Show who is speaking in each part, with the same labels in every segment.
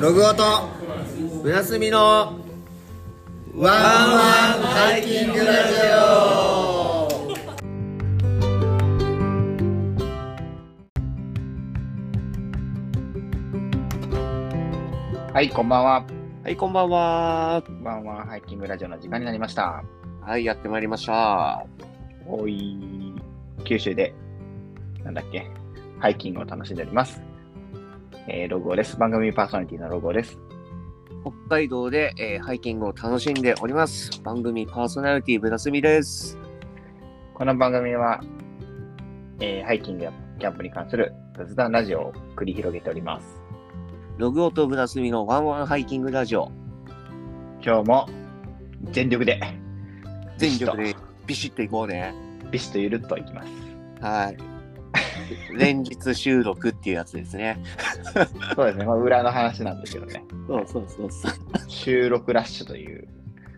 Speaker 1: ログオとブラスミのワンワンハイキングラジ
Speaker 2: はい、こんばんは。
Speaker 3: はい、こんばんは。
Speaker 2: ワンワンハイキングラジオの時間になりました。
Speaker 3: はい、やってまいりました。
Speaker 2: おい、九州で、なんだっけ、ハイキングを楽しんでおります。えー、ロゴです。番組パーソナリティのロゴです。
Speaker 3: 北海道で、えーハイキングを楽しんでおります。番組パーソナリティ、ブラスミです。
Speaker 2: この番組は、えーハイキングやキャンプに関する雑談ラジオを繰り広げております。
Speaker 3: ログオとブラスミのワンワンハイキングラジオ。
Speaker 2: 今日も全力で、
Speaker 3: 全力でビシッといこうね。
Speaker 2: ビシッとゆるっといき ます。
Speaker 3: はい。連日収録っていうやつですね。
Speaker 2: そうですね、まあ、裏の話なんですけどね。
Speaker 3: そうそうそうそう。
Speaker 2: 収録ラッシュという、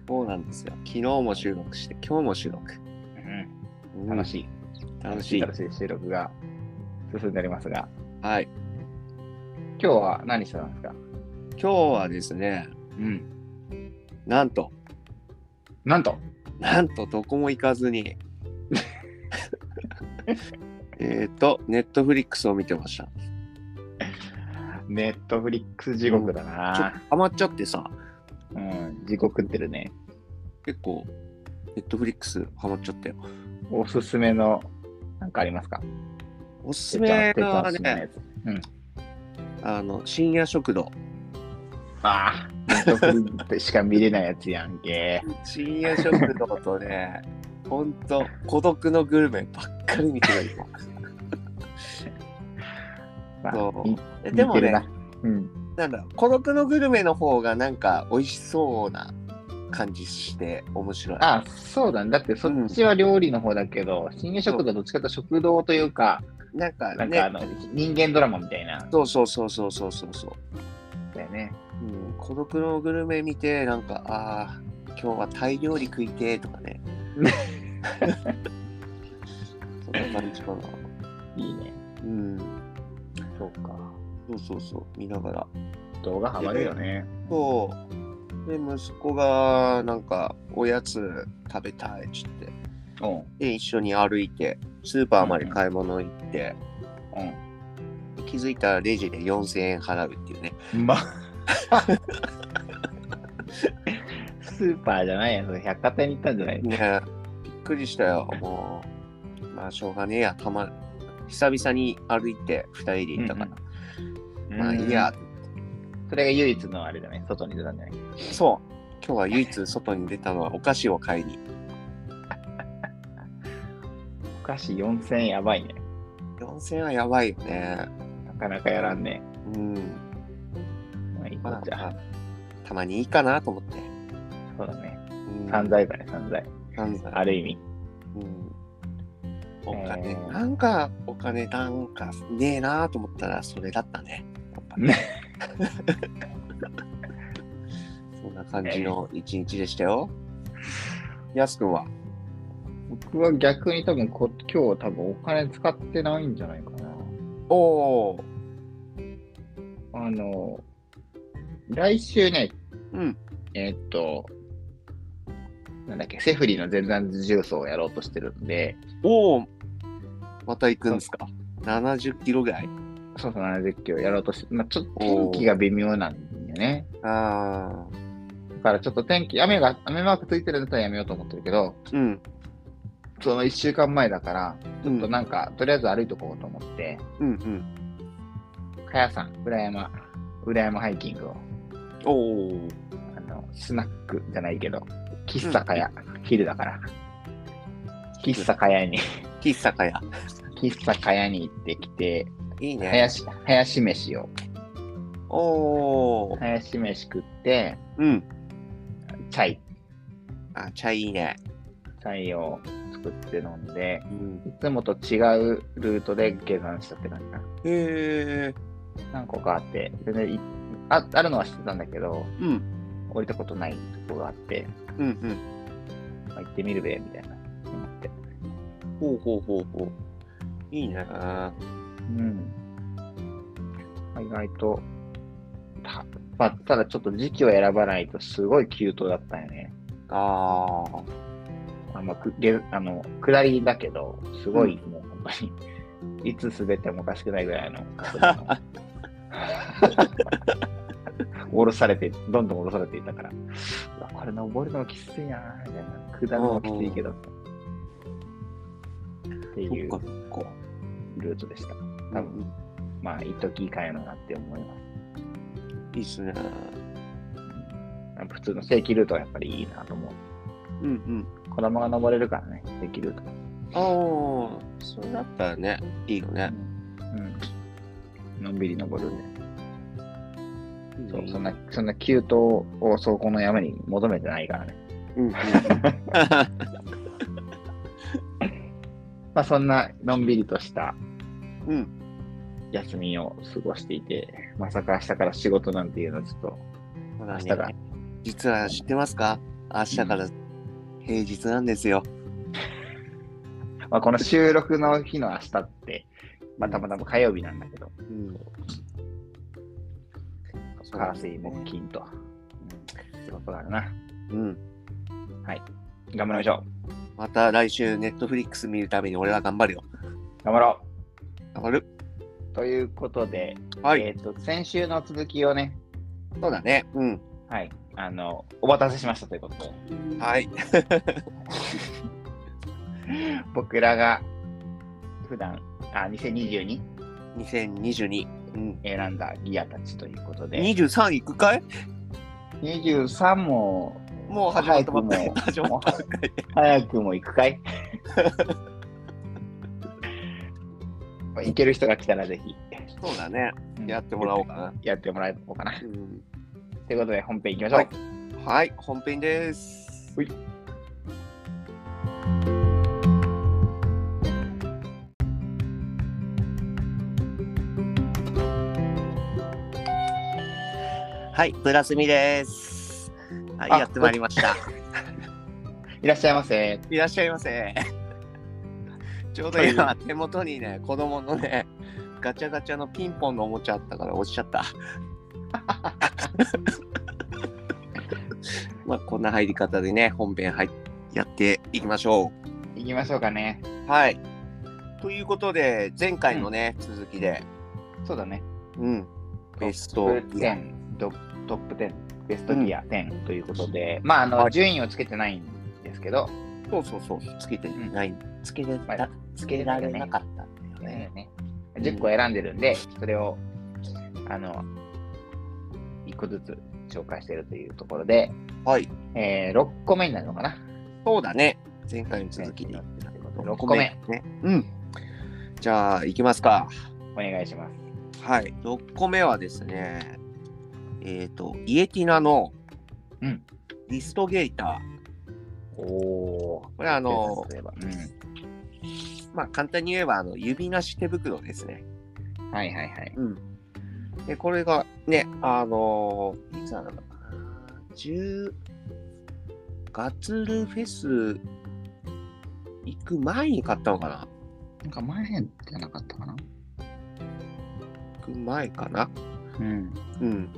Speaker 3: そうなんですよ。昨日も収録して、今日も収録。うん
Speaker 2: 楽しい、
Speaker 3: 楽しい。
Speaker 2: 楽しい収録が進んでおりますが、
Speaker 3: はい。
Speaker 2: 今日は何してたんですか
Speaker 3: 今日はですね、
Speaker 2: うん。
Speaker 3: なんと、
Speaker 2: なんと、
Speaker 3: なんとどこも行かず に。えっと、ネットフリックスを見てました。ち
Speaker 2: ネットフリックス地獄だ
Speaker 3: ょっ
Speaker 2: な、
Speaker 3: とハマっちゃってさ、
Speaker 2: うん。地獄ってるね。
Speaker 3: 結構、ネットフリックスハマっちゃったよ。
Speaker 2: おすすめの、なんかありますか
Speaker 3: おすすめ
Speaker 2: てっちゃん
Speaker 3: は
Speaker 2: てっちゃんおすすめの
Speaker 3: ね
Speaker 2: や、つ
Speaker 3: あの、深夜食堂。
Speaker 2: ああ、ネットフリックスしか見れないやつやんけ。
Speaker 3: 深夜食堂と ね、ほんと、孤独のグルメばっかり見てるよ。
Speaker 2: まあ
Speaker 3: そう
Speaker 2: い
Speaker 3: え でも
Speaker 2: 似て
Speaker 3: ね
Speaker 2: る、なうん。
Speaker 3: なんだろう、孤独のグルメの方がなんか美味しそうな感じして面白い。
Speaker 2: あそうだね。だってそっちは料理の方だけど、深夜食堂どっちかというと食堂というか、
Speaker 3: なんか
Speaker 2: なんかあ
Speaker 3: ね、
Speaker 2: の、人間ドラマみたいな。
Speaker 3: そうそうそうそうそうそうそう。
Speaker 2: だよね。
Speaker 3: うん、孤独のグルメ見てなんかああー今日はタイ料理食いてーとか ねそんな感じかない
Speaker 2: いね。
Speaker 3: うん
Speaker 2: そうか。
Speaker 3: そうそうそう見ながら
Speaker 2: 動画ハマるよね。
Speaker 3: そうで息子がなんかおやつ食べたいっつって
Speaker 2: うん。
Speaker 3: で一緒に歩いてスーパーまで買い物行って、
Speaker 2: う
Speaker 3: 気づいたらレジで4000円払うっていうね
Speaker 2: ん。まスーパーじゃないやそれ百貨店に行ったんじゃない
Speaker 3: ねびっくりしたよもうまあしょうがねえやたま久々に歩いて2人で行ったから、まあいいや。
Speaker 2: それが唯一のあれじゃない外に出たんじゃない
Speaker 3: そう。今日は唯一外に出たのはお菓子を買いに。
Speaker 2: お菓子4000円やばいね。
Speaker 3: 4000はやばいよね。
Speaker 2: なかなかやらんね。
Speaker 3: うん。
Speaker 2: まあいいこ
Speaker 3: まあ
Speaker 2: っちゃ。
Speaker 3: たまにいいかなと思って。
Speaker 2: そうだね。
Speaker 3: うん
Speaker 2: 散財だね、散財。
Speaker 3: 散財
Speaker 2: ある意味。
Speaker 3: うん。お金、
Speaker 2: えー
Speaker 3: なんかお金なんかねえなと思ったらそれだったね。やっぱ
Speaker 2: ね
Speaker 3: そんな感じの一日でしたよ。やすくんは
Speaker 2: 僕は逆に多分こ、今日多分お金使ってないんじゃないかな。
Speaker 3: おお
Speaker 2: あの、来週ね、
Speaker 3: うん。
Speaker 2: えーっと、なんだっけ、セフリーの前段重奏をやろうとしてるんで、
Speaker 3: おおまた行くんですか ?70 キロぐらい
Speaker 2: そうそう、70キロやろうとして、まあ、ちょっと天
Speaker 3: おー
Speaker 2: 気が微妙なんだよね。
Speaker 3: ああ。
Speaker 2: だからちょっと天気、雨が、雨マークついてるんだったらやめようと思ってるけど、
Speaker 3: うん。
Speaker 2: その1週間前だから、
Speaker 3: う
Speaker 2: ちょっ
Speaker 3: ん
Speaker 2: となんか、とりあえず歩いとこうと思って、
Speaker 3: うんうん。
Speaker 2: かやさん、裏山、裏山ハイキングを、
Speaker 3: おお。
Speaker 2: あの、スナックじゃないけど、喫茶かや、昼だから、喫茶かやに、
Speaker 3: 喫茶かや。
Speaker 2: 喫茶かやに行ってきて、
Speaker 3: いいね。
Speaker 2: 林、林飯を、
Speaker 3: おお。
Speaker 2: 林飯食って、
Speaker 3: うん。
Speaker 2: チャイ、
Speaker 3: あ、茶いいね。
Speaker 2: チャイを作って飲んで、
Speaker 3: うん。
Speaker 2: いつもと違うルートで下山したって感じかな。
Speaker 3: へえ。
Speaker 2: 何個かあって、全然いああるのは知ってたんだけど、
Speaker 3: うん。
Speaker 2: 降りたことないとこがあって、
Speaker 3: うんうん。
Speaker 2: まあ行ってみるべ、みたいな。思って
Speaker 3: ほうほうほうほう。いいね。
Speaker 2: うん。まあ意外と、たまあ、ただちょっと時期を選ばないとすごい急騰だったよね。
Speaker 3: ああ、
Speaker 2: あまあ、くげあの下りだけど、すごいもう本当に、いつ滑ってもおかしくないぐらいの角度 の下ろされて、どんどん下ろされていたから、うわこれ登るのもきついなーみたいな、下るのもきついけど。って
Speaker 3: そ
Speaker 2: いう
Speaker 3: っかそっか。
Speaker 2: ルートでした。多
Speaker 3: 多
Speaker 2: 分
Speaker 3: 分
Speaker 2: まあ、一時いいかやのなって思います。
Speaker 3: いいっすね。
Speaker 2: やっぱ普通の正規ルートはやっぱりいいなと思う。
Speaker 3: うんうん。
Speaker 2: 子供が登れるからね、正規ルート。
Speaker 3: ああ、それだったらね、いいよね。
Speaker 2: うん。のんびり登るんで。そう、そん
Speaker 3: な。
Speaker 2: な、そんな急騰を走行の山に求めてないからね。
Speaker 3: うん うん。
Speaker 2: まあ、そんなのんびりとした
Speaker 3: うん。
Speaker 2: 休みを過ごしていて、まさか明日から仕事なんていうのはちょっと、
Speaker 3: ほ
Speaker 2: 明
Speaker 3: ら
Speaker 2: 日
Speaker 3: ね
Speaker 2: が、
Speaker 3: 実は知ってますか明日から平日なんですよ。
Speaker 2: まあ、この収録の日の明日って、まあ、たまたま火曜日なんだけど、
Speaker 3: うん。そう
Speaker 2: 火
Speaker 3: です
Speaker 2: 水
Speaker 3: ね
Speaker 2: 木金と、うん、仕事があるな。
Speaker 3: うん。
Speaker 2: 頑張りましょ
Speaker 3: また来週、ネットフリックス見るために俺は頑張るよ。
Speaker 2: う。頑張ろ
Speaker 3: 頑張る。
Speaker 2: う。ということで、
Speaker 3: はい。
Speaker 2: えっ、と、先週の続きをね、
Speaker 3: そうだね。うん。
Speaker 2: はい、あの、お待たせしましたということで、
Speaker 3: はい。
Speaker 2: 僕らが普段あ2022に
Speaker 3: 2022。うん。
Speaker 2: 選んだギアたちということで、
Speaker 3: 23行くかい
Speaker 2: 23も
Speaker 3: もう始まっ
Speaker 2: 早
Speaker 3: た
Speaker 2: く
Speaker 3: ば
Speaker 2: も
Speaker 3: っかり。 始ま
Speaker 2: も
Speaker 3: っ
Speaker 2: う早くも行くかい 行ける人が来たらぜひ
Speaker 3: た。そうだね。やってもらおうかな。
Speaker 2: やってもらおうかな。
Speaker 3: うん。
Speaker 2: ということで本編行きましょう。
Speaker 3: はいはい。本編です。
Speaker 2: はい
Speaker 3: はい、プラスミです。はい、
Speaker 2: あ
Speaker 3: やってまいりました。
Speaker 2: いらっしゃいませ。
Speaker 3: いらっしゃい ませ。ちょうど今、手元にね、子供のね、ガチャガチャのピンポンのおもちゃあったから落ちち ゃった。まあ、こんな入り方でね、本編入っやっていきましょ
Speaker 2: 行きましょうかね。
Speaker 3: う。はい。ということで、前回のね、続きで、
Speaker 2: そうだね。
Speaker 3: うん、ベス
Speaker 2: ト
Speaker 3: ト
Speaker 2: ップ10ドトップ10ベストギア10ということで、まああの順位をつけてないんですけど、
Speaker 3: そうそうそう、つけてない、つけて
Speaker 2: はい
Speaker 3: た、つけられなかったんだよね。
Speaker 2: ね、10個選んでるんで、それをあの1個ずつ紹介してるというところで、
Speaker 3: はい。
Speaker 2: えー、6個目になるのかな
Speaker 3: そうだね。前回の続きで。
Speaker 2: 6個目
Speaker 3: ね。うん。じゃあ、行きますか。
Speaker 2: お願いします
Speaker 3: はい。6個目はですね、えっ、と、イエティナの、
Speaker 2: うん
Speaker 3: リストゲータ
Speaker 2: おお
Speaker 3: ー。これはあの、
Speaker 2: う
Speaker 3: まあ、簡単に言えば、あの、指なし手袋ですね。
Speaker 2: ん、はいはいはい
Speaker 3: うん。で、これがね、あのーいつなのかな、10ガッツルフェス行く前に買ったのかな
Speaker 2: なんか前じゃなかったかな
Speaker 3: 行く前かな
Speaker 2: うん
Speaker 3: うん。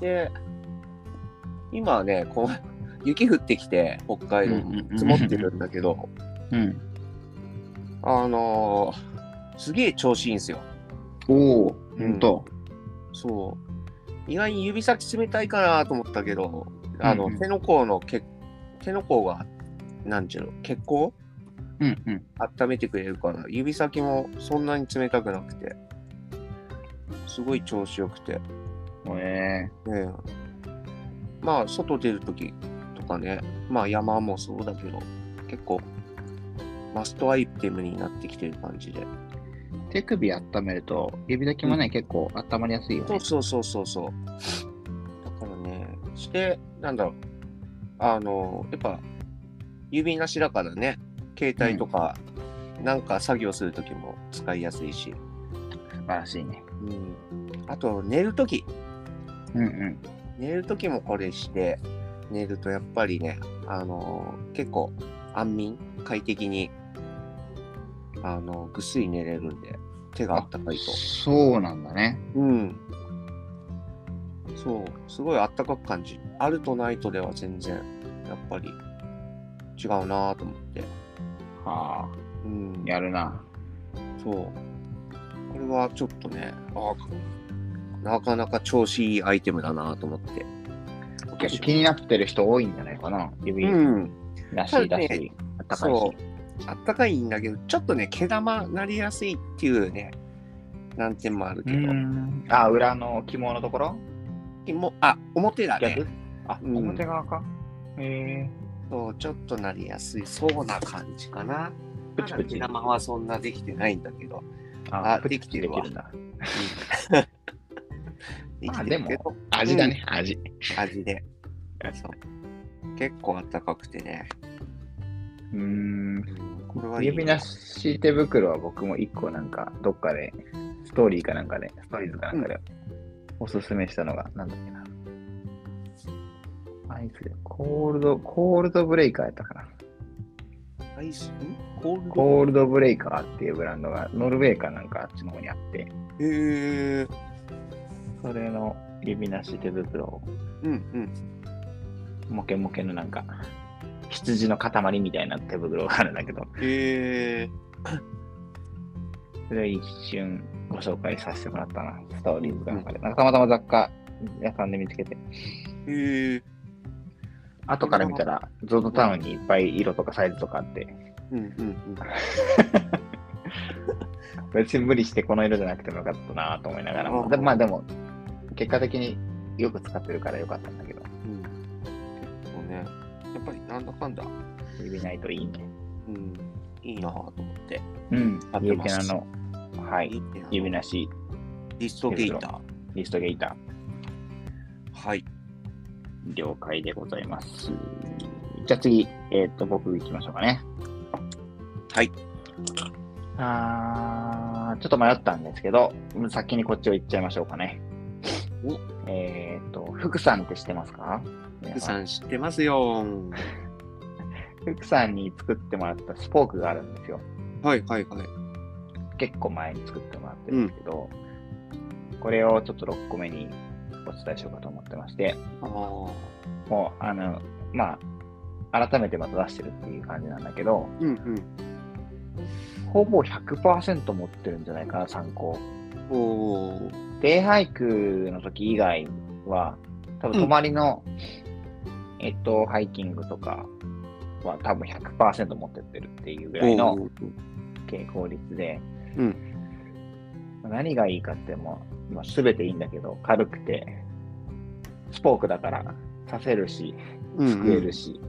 Speaker 3: で、今はね、こう、 雪降ってきて、北海道
Speaker 2: うんうんうんうん
Speaker 3: 積もってるんだけど、
Speaker 2: うん
Speaker 3: あのーすげえ調子いいんですよ。
Speaker 2: おおほんと
Speaker 3: そう。意外に指先冷たいかなと思ったけど、あの、
Speaker 2: うんうん
Speaker 3: 手の甲のけ、手の甲が、なんちゅうの、血行
Speaker 2: うんうん
Speaker 3: 温めてくれるから、指先もそんなに冷たくなくて、すごい調子よくて、ね
Speaker 2: え
Speaker 3: えまあ、外出るときとかね、まあ山もそうだけど、結構、マストアイテムになってきてる感じで。
Speaker 2: ー、手首温めると指先もね、結構温まりやすいよ
Speaker 3: そ
Speaker 2: ね
Speaker 3: うそうそうそうそう。だからね、して、なんだろう、あの、やっぱ、指なしだからね、携帯とか、なんか作業するときも使いやすいし、
Speaker 2: 素晴らしいね
Speaker 3: うん。あと、寝るとき、
Speaker 2: うんうん
Speaker 3: 寝るときもこれして、寝るとやっぱりね、あの、結構、安眠、快適に、あの、ぐっすり寝れるんで、手があったかいと。
Speaker 2: そうなんだね
Speaker 3: うん。そう、すごいあったかく感じる。あるとないとでは全然、やっぱり違うなぁと思って。
Speaker 2: はあ、
Speaker 3: うん。
Speaker 2: やるな。
Speaker 3: そう。これはちょっとね、ああ、なかなか調子いいアイテムだなぁと思って。
Speaker 2: 結構気になってる人多いんじゃないかな。指
Speaker 3: うん。
Speaker 2: らしいだ
Speaker 3: そうね
Speaker 2: し、あったかいし。
Speaker 3: そう。あったかいんだけど、ちょっとね、毛玉なりやすいっていうね、難点もあるけ
Speaker 2: う
Speaker 3: ど。
Speaker 2: んあ、裏の肝のところ
Speaker 3: もあ、表だね
Speaker 2: 逆。あ、
Speaker 3: うん
Speaker 2: 表側か。へえ。
Speaker 3: そう、ちょっとなりやすいそうな感じかな。
Speaker 2: プチプチ
Speaker 3: まだ毛玉はそんなできてないんだけど。あ
Speaker 2: プチプチ
Speaker 3: できてるわ
Speaker 2: んだ。
Speaker 3: で
Speaker 2: まあ
Speaker 3: きてるけど、
Speaker 2: 味だね、味。
Speaker 3: 味で。そう。結構あったかくてね。
Speaker 2: うーん。
Speaker 3: これはいい。
Speaker 2: 指なし手袋は僕も一個なんか、どっかで、ストーリーかなんかで、ストーリーズかなんかで、おすすめしたのが、なんだっけな。アイスで、コールド、コールドブレイカーやったかな。
Speaker 3: アイスんコールド
Speaker 2: コールドブレイカーっていうブランドが、ノルウェーかなんかあっちの方にあって、
Speaker 3: へえ。
Speaker 2: それの指なし手袋を、
Speaker 3: うんうん。
Speaker 2: モケモケのなんか、羊の塊みたいな手袋があるんだけど、
Speaker 3: へえ。
Speaker 2: それを一瞬ご紹介させてもらったな、ストーリーズかなんかで。なんかたまたま雑貨屋さんで見つけて、
Speaker 3: へえ。
Speaker 2: 後から見たら、ゾゾタウンにいっぱい色とかサイズとかあって、
Speaker 3: うんうん
Speaker 2: 別に無理してこの色じゃなくてもよかったなと思いながらも、
Speaker 3: うん
Speaker 2: でまあでも、結果的によく使ってるからよかったんだけど、
Speaker 3: うん。うん。結構ね、やっぱりなんだかんだ、
Speaker 2: 指ないといいね。
Speaker 3: うん、いいなぁと思って。
Speaker 2: うん、
Speaker 3: 合っ
Speaker 2: 家テ
Speaker 3: てます
Speaker 2: ナの、はい、
Speaker 3: いなぁ
Speaker 2: 指なし
Speaker 3: リストゲーター。
Speaker 2: リストゲータ
Speaker 3: はい。
Speaker 2: ー、了解でございます。じゃあ次、えっ、と、僕行きましょうかね。
Speaker 3: はい。
Speaker 2: あーちょっと迷ったんですけど、うん先にこっちを行っちゃいましょうかね。
Speaker 3: お
Speaker 2: えっ、と、福さんって知ってますか
Speaker 3: ふ
Speaker 2: 皆
Speaker 3: さ
Speaker 2: さん
Speaker 3: ん知ってますよ。
Speaker 2: 福さんに作ってもらったスポークがあるんですよ。
Speaker 3: はいはいはい。
Speaker 2: 結構前に作ってもらってるんですけど、これをちょっと6個目にお伝えしようかと思ってまして、
Speaker 3: ああ。
Speaker 2: もう、あの、まあ、改めてまた出してるっていう感じなんだけど、
Speaker 3: うんうん。
Speaker 2: ほぼ100%持ってるんじゃないかな、参考。
Speaker 3: おー。
Speaker 2: 低配クの時以外は、多分泊まりの、えっと、ハイキングとかは多分100%持ってってるっていうぐらいの
Speaker 3: おー
Speaker 2: 傾向率で、
Speaker 3: う
Speaker 2: 何がいいかってもう、まあ、全ていいんだけど、軽くて、スポークだから、刺せるし、
Speaker 3: うんうん
Speaker 2: すくえるし、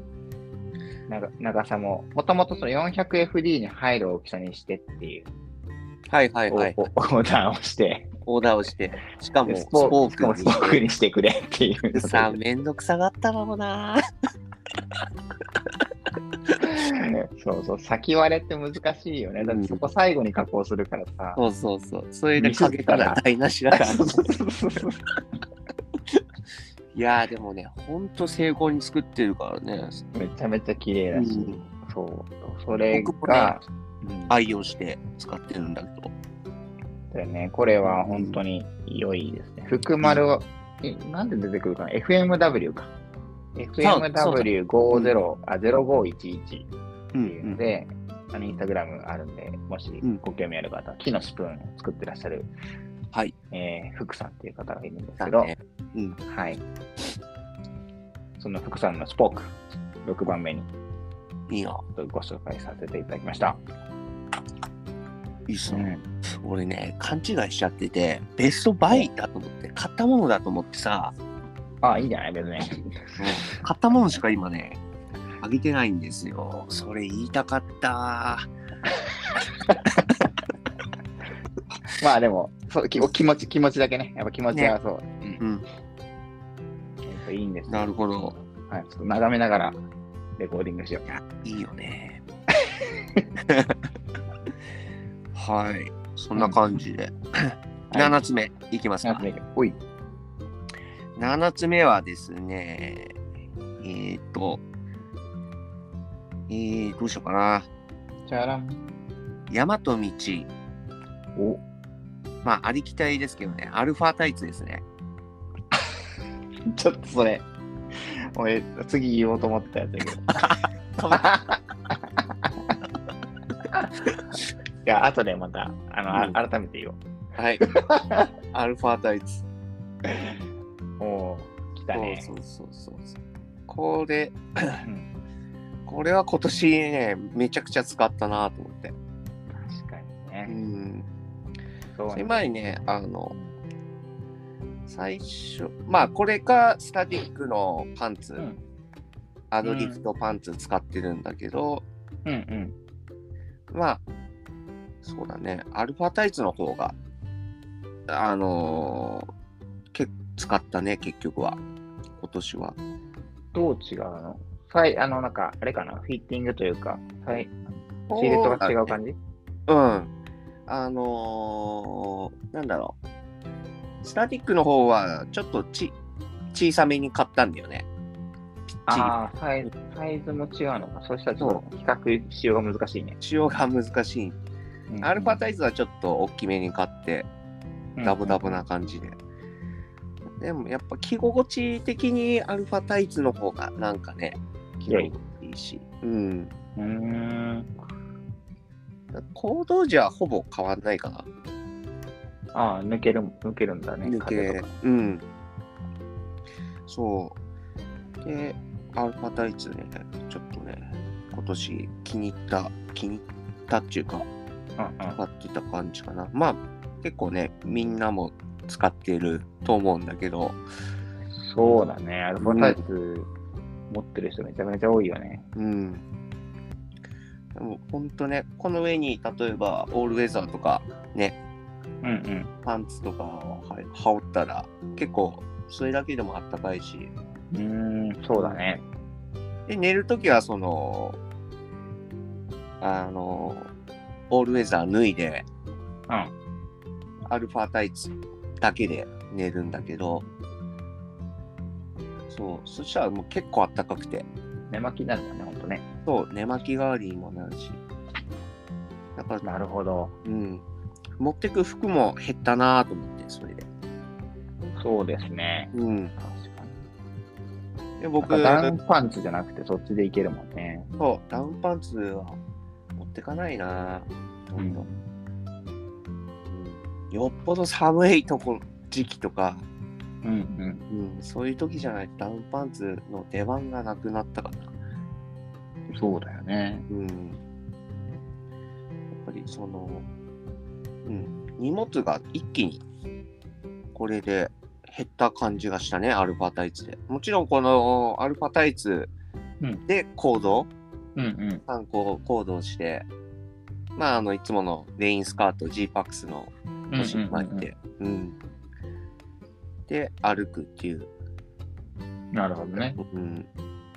Speaker 2: 長長さも、もともとその 400FD に入る大きさにしてっていう、
Speaker 3: はいはい
Speaker 2: お
Speaker 3: はい
Speaker 2: お。オーダーをして、
Speaker 3: オーダーをして、しかも
Speaker 2: で
Speaker 3: ス
Speaker 2: スポ
Speaker 3: ポ
Speaker 2: ーク
Speaker 3: ー
Speaker 2: しか
Speaker 3: ク
Speaker 2: も
Speaker 3: に
Speaker 2: スポークにしてくれっていうので。
Speaker 3: さあ、めんどくさがったろうな。
Speaker 2: そうそう、先割れって難しいよね。だってそこ最後に加工するからさ。
Speaker 3: そうそうそう。それでかけたら台無しだから。いやー、でもね、ほんと成功に作ってるからね。
Speaker 2: めちゃめちゃ綺麗だし、
Speaker 3: うん
Speaker 2: そう、それが、うん
Speaker 3: 愛用して使ってるんだけど。
Speaker 2: だよね、これは本当に良いですね。福丸は、えなんで出てくるかな ?FMW か。FMW50、あ、0511
Speaker 3: う
Speaker 2: っていうの
Speaker 3: ん
Speaker 2: で、あのインスタグラムあるんで、もし
Speaker 3: うん
Speaker 2: ご興味ある方は、木のスプーンを作ってらっしゃる、
Speaker 3: はい。
Speaker 2: えー福さんっていう方がいるんです
Speaker 3: だ
Speaker 2: けど、
Speaker 3: ねうん。
Speaker 2: はい。その福さんのスポーク、6番目に
Speaker 3: いいな。
Speaker 2: ご紹介させていただきました。
Speaker 3: いいっす
Speaker 2: う
Speaker 3: ね。
Speaker 2: ん。
Speaker 3: 俺ね、勘違いしちゃってて、ベストバイだと思って、買ったものだと思ってさ、
Speaker 2: あ、いいんじゃない別に。
Speaker 3: 買ったものしか今ね、あげてないんですよ。それ言いたかった。
Speaker 2: まあでも、そうき気持ち、気持ちだけね。やっぱ気持ちはそう。
Speaker 3: うん。
Speaker 2: やっぱいいんですよ
Speaker 3: なるほど。
Speaker 2: はい。ちょっと眺めながらレコーディングしよう。
Speaker 3: いいよね。はい。そんな感じで。
Speaker 2: はい
Speaker 3: 7つ目いきます
Speaker 2: なん
Speaker 3: か
Speaker 2: と。なくおい。
Speaker 3: 7つ目はですね、えーっと、えー、どうしようかな。
Speaker 2: チャラン。
Speaker 3: 山と道。
Speaker 2: お
Speaker 3: まあ、ありきたりですけどね、アルファタイツですね。
Speaker 2: ちょっとそれ、俺、次言おうと思ってたやつ だけど。いや、後でまた、あの、
Speaker 3: うん
Speaker 2: あ改めて言お
Speaker 3: はい。アルファタイツ。
Speaker 2: う。おお、来たね。
Speaker 3: そうそうそうそう。これ、
Speaker 2: うん
Speaker 3: これは今年ね、めちゃくちゃ使ったなと思って。
Speaker 2: 確かに
Speaker 3: う
Speaker 2: ね。
Speaker 3: ん。
Speaker 2: そうね。
Speaker 3: 前にね、あの、最初、まあ、これか、スタティックのパンツ、
Speaker 2: うん
Speaker 3: アドリフトパンツ使ってるんだけど、
Speaker 2: うんうん。
Speaker 3: まあ、そうだね、アルファタイツの方が、あのーけ使ったね、結局は。今年は。
Speaker 2: どう違うのはい、あの、なんか、あれかな、フィッティングというか、はい、シーレットが違う感じ
Speaker 3: うん。あのーなんだろう。スタティックの方は、ちょっとち小さめに買ったんだよね。ピッチリ。
Speaker 2: ああ、サイズサイズも違うのか。そうしたらちょっと比較しようが難しいね。
Speaker 3: 使用が難しい。アルファタイズはちょっと大きめに買って、ダボダボな感じで。でもやっぱ着心地的にアルファタイツの方がなんかね、着
Speaker 2: 良い
Speaker 3: 心地いいし。うん。
Speaker 2: うーん。
Speaker 3: 行動時はほぼ変わんないかな。
Speaker 2: ああ、抜ける、抜けるんだね。
Speaker 3: 抜
Speaker 2: 風
Speaker 3: け
Speaker 2: とか、
Speaker 3: うん。そう。で、アルファタイツね、ちょっとね、今年気に入った、気に入ったっていうか、
Speaker 2: うん
Speaker 3: 使ってた感じかな。まあ、結構ね、みんなも使ってると思うんだけ
Speaker 2: う
Speaker 3: ど、
Speaker 2: ん。そうだね。アルファタイズ持ってる人めちゃめちゃ多いよね。
Speaker 3: うん。でも、ほんとね、この上に、例えば、オールウェザーとか、
Speaker 2: うんうん。
Speaker 3: パンツとかをはい羽織ったら、結構、それだけでもあったかいし、
Speaker 2: うーん、そうだね。
Speaker 3: で、寝るときは、その、あの、オールウェザー脱いで、
Speaker 2: うん。
Speaker 3: アルファタイツだけで寝るんだけど、そう、そしたらもう結構あったかくて、
Speaker 2: 寝巻きになるよね、ほんとね。
Speaker 3: そう、寝巻き代わりにもなるし、だから、
Speaker 2: なるほど。
Speaker 3: うん、持ってく服も減ったなぁと思って、それで。
Speaker 2: そうですね。
Speaker 3: うん。
Speaker 2: 確かに。
Speaker 3: で
Speaker 2: なん
Speaker 3: 僕、
Speaker 2: かダウンパンツじゃなくてそっちでいけるもんね。
Speaker 3: そう、ダウンパンツは持ってかないなぁ、ほんと。よっぽど寒いとこ時期とか、
Speaker 2: うんうん。
Speaker 3: うん、そういう時じゃないとダウンパンツの出番がなくなったかな。
Speaker 2: そうだよね。
Speaker 3: うん、やっぱりその、うん、荷物が一気にこれで減った感じがしたね、アルファタイツで。もちろんこのアルファタイツ
Speaker 2: うん
Speaker 3: で行動、
Speaker 2: うんうん。
Speaker 3: 参考行動して、まあ、あの、いつものレインスカート、G パックスのおしまいで、うん。で、歩くっていう、
Speaker 2: なるほどね。
Speaker 3: うん、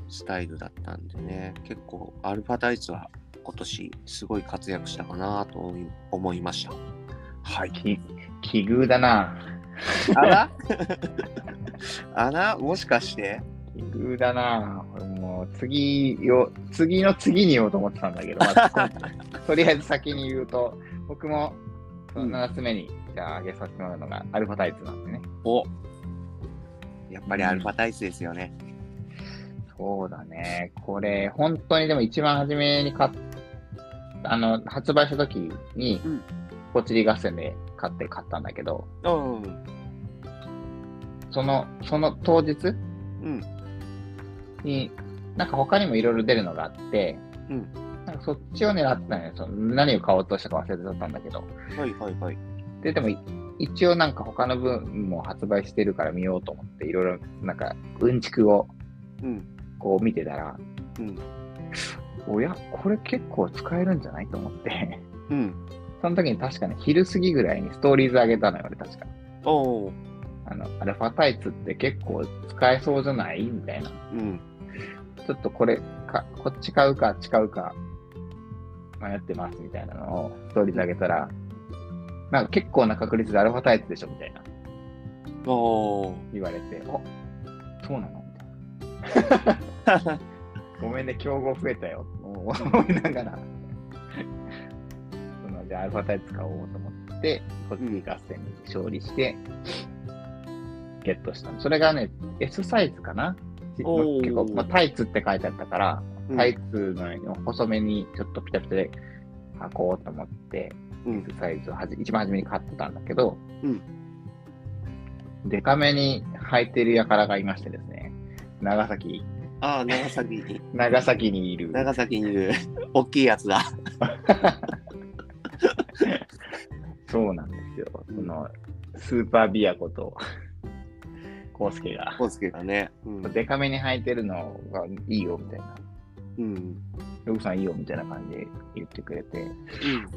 Speaker 3: スタイルだったんでね、結構、アルファタイツは今年、すごい活躍したかなと思い思いました。はい。
Speaker 2: き奇遇だな。
Speaker 3: あら あらもしかして
Speaker 2: 奇遇だな。俺もう次よ、次の次に言おうと思ってたんだけど、ま あととりあえず先に言うと、僕もその7つ目に、じゃあ挙げさせてもらうのがアルファタイツなんでね。
Speaker 3: おやっぱりアルファタイツですよね。
Speaker 2: そうだね。これ、本当にでも一番初めに買っあの、発売した時に
Speaker 3: うん、
Speaker 2: ポチリ合戦で買って買ったんだけど、
Speaker 3: うん。
Speaker 2: その、その当日
Speaker 3: うん。
Speaker 2: に、なんか他にもいろいろ出るのがあって、
Speaker 3: うん
Speaker 2: なんかそっちを狙ってたのよ。その何を買おうとしたか忘れてたんだけど。
Speaker 3: はいはいはい。
Speaker 2: で、でもい一応なんか他の分も発売してるから見ようと思って、いろいろなんかうんちくを
Speaker 3: うん。
Speaker 2: こう見てたら、
Speaker 3: うん。
Speaker 2: おや、これ結構使えるんじゃないと思って。
Speaker 3: うん。
Speaker 2: その時に確かに昼過ぎぐらいにストーリーズ上げたのよ、俺確か。
Speaker 3: おー
Speaker 2: あの、アルファタイツって結構使えそうじゃないみたいな。
Speaker 3: うん。
Speaker 2: ちょっとこれか、こっち買うか、あっち買うか、迷ってますみたいなのをストーリーズ上げたら、なんか結構な確率でアルファタイツでしょみたいな
Speaker 3: おー
Speaker 2: 言われて、おそうなのみたいな。ごめんね、競合増えたよ。もう思いながら、そのじゃあアルファタイツ買おうと思って、こっち合戦に勝利して、ゲットしたの。それがね、S サイズかな。結
Speaker 3: おー
Speaker 2: 構、まあ、タイツって書いてあったから、
Speaker 3: うん
Speaker 2: タイツの細めにちょっとピタピタで履こうと思って、
Speaker 3: うん
Speaker 2: S サイズをはじ一番初めに買ってたんだけど、
Speaker 3: うん
Speaker 2: デカめに履いてる輩がいましてですね、長崎、
Speaker 3: ああ、長崎に、
Speaker 2: 長崎にいる。
Speaker 3: 長崎にいる、大きいやつだ。
Speaker 2: そうなんですよ。その、スーパービアこと、 コウスケが。
Speaker 3: コウスケがね。うん。
Speaker 2: デカめに履いてるのがいいよ、みたいな。
Speaker 3: うん。
Speaker 2: ヨグさんいいよ、みたいな感じで言ってくれて、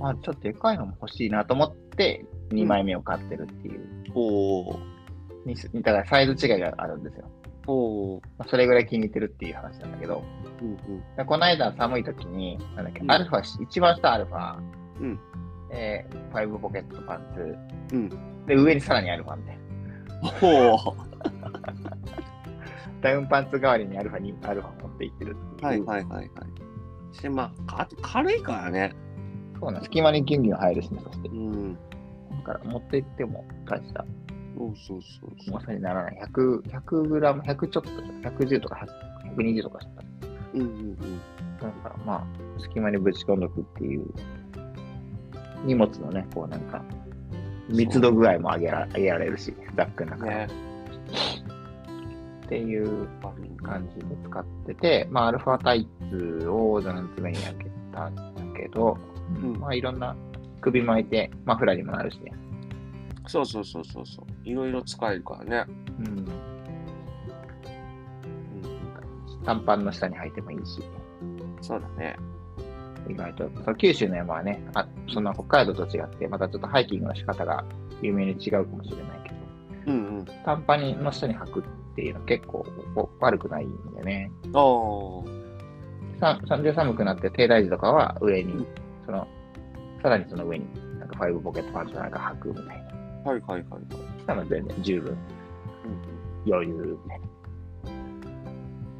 Speaker 2: あ、ちょっとでかいのも欲しいなと思って、2枚目を買ってるっていう。
Speaker 3: おー
Speaker 2: にだからサイズ違いがあるんですよ。
Speaker 3: おー
Speaker 2: まあそれぐらい気に入ってるっていう話なんだけど、
Speaker 3: うんうん。
Speaker 2: でこの間寒い時に、なんだっけ、
Speaker 3: うん
Speaker 2: アルファし、一番下アルファ、
Speaker 3: うん
Speaker 2: えーファイブポケットパンツ、
Speaker 3: うん。
Speaker 2: で、上にさらにアルファみたいな。
Speaker 3: おお。
Speaker 2: ダウンパンツ代わりにアルファにアルファ持っていってるっていう。
Speaker 3: はいはいはいはい。して、まあか、あと軽いからね。
Speaker 2: そうなん隙間にギュンギュン入るしね、そして。
Speaker 3: うん。
Speaker 2: だから持って行っても大した
Speaker 3: そうそうそうそう
Speaker 2: 重。さにならない。100、100グラム、100ちょっと、110とか100 120とかした。
Speaker 3: うんうんうん。
Speaker 2: なんかまあ、隙間にぶち込んどくっていう、荷物のね、こうなんか、密度具合も上げら上げられるし、ザックの中で、
Speaker 3: ね。
Speaker 2: っていう感じで使ってて、まあ、アルファタイツを7つ目に開けたんだけど、
Speaker 3: ん
Speaker 2: まあ、いろんな首巻いて、マフラーにもなるしね。
Speaker 3: そうそうそうそうそう。いろいろ使えるからね。
Speaker 2: うん。
Speaker 3: うん。
Speaker 2: 短パンの下に履いてもいいし、
Speaker 3: そうだね。
Speaker 2: 意外と、そう九州の山はね、あそんな北海道と違って、またちょっとハイキングの仕方が有名に違うかもしれないけど、
Speaker 3: うん
Speaker 2: 短パンの下に履くっていうのは結構お悪くないんでね。
Speaker 3: うん。おー
Speaker 2: さそんで寒くなって、低大時とかは上に、その、さらにその上に、なんかファイブポケットパンツなんか履くみたいな。
Speaker 3: はいはいはいはい。
Speaker 2: なので、ね、十分
Speaker 3: うん
Speaker 2: 余裕みたいな。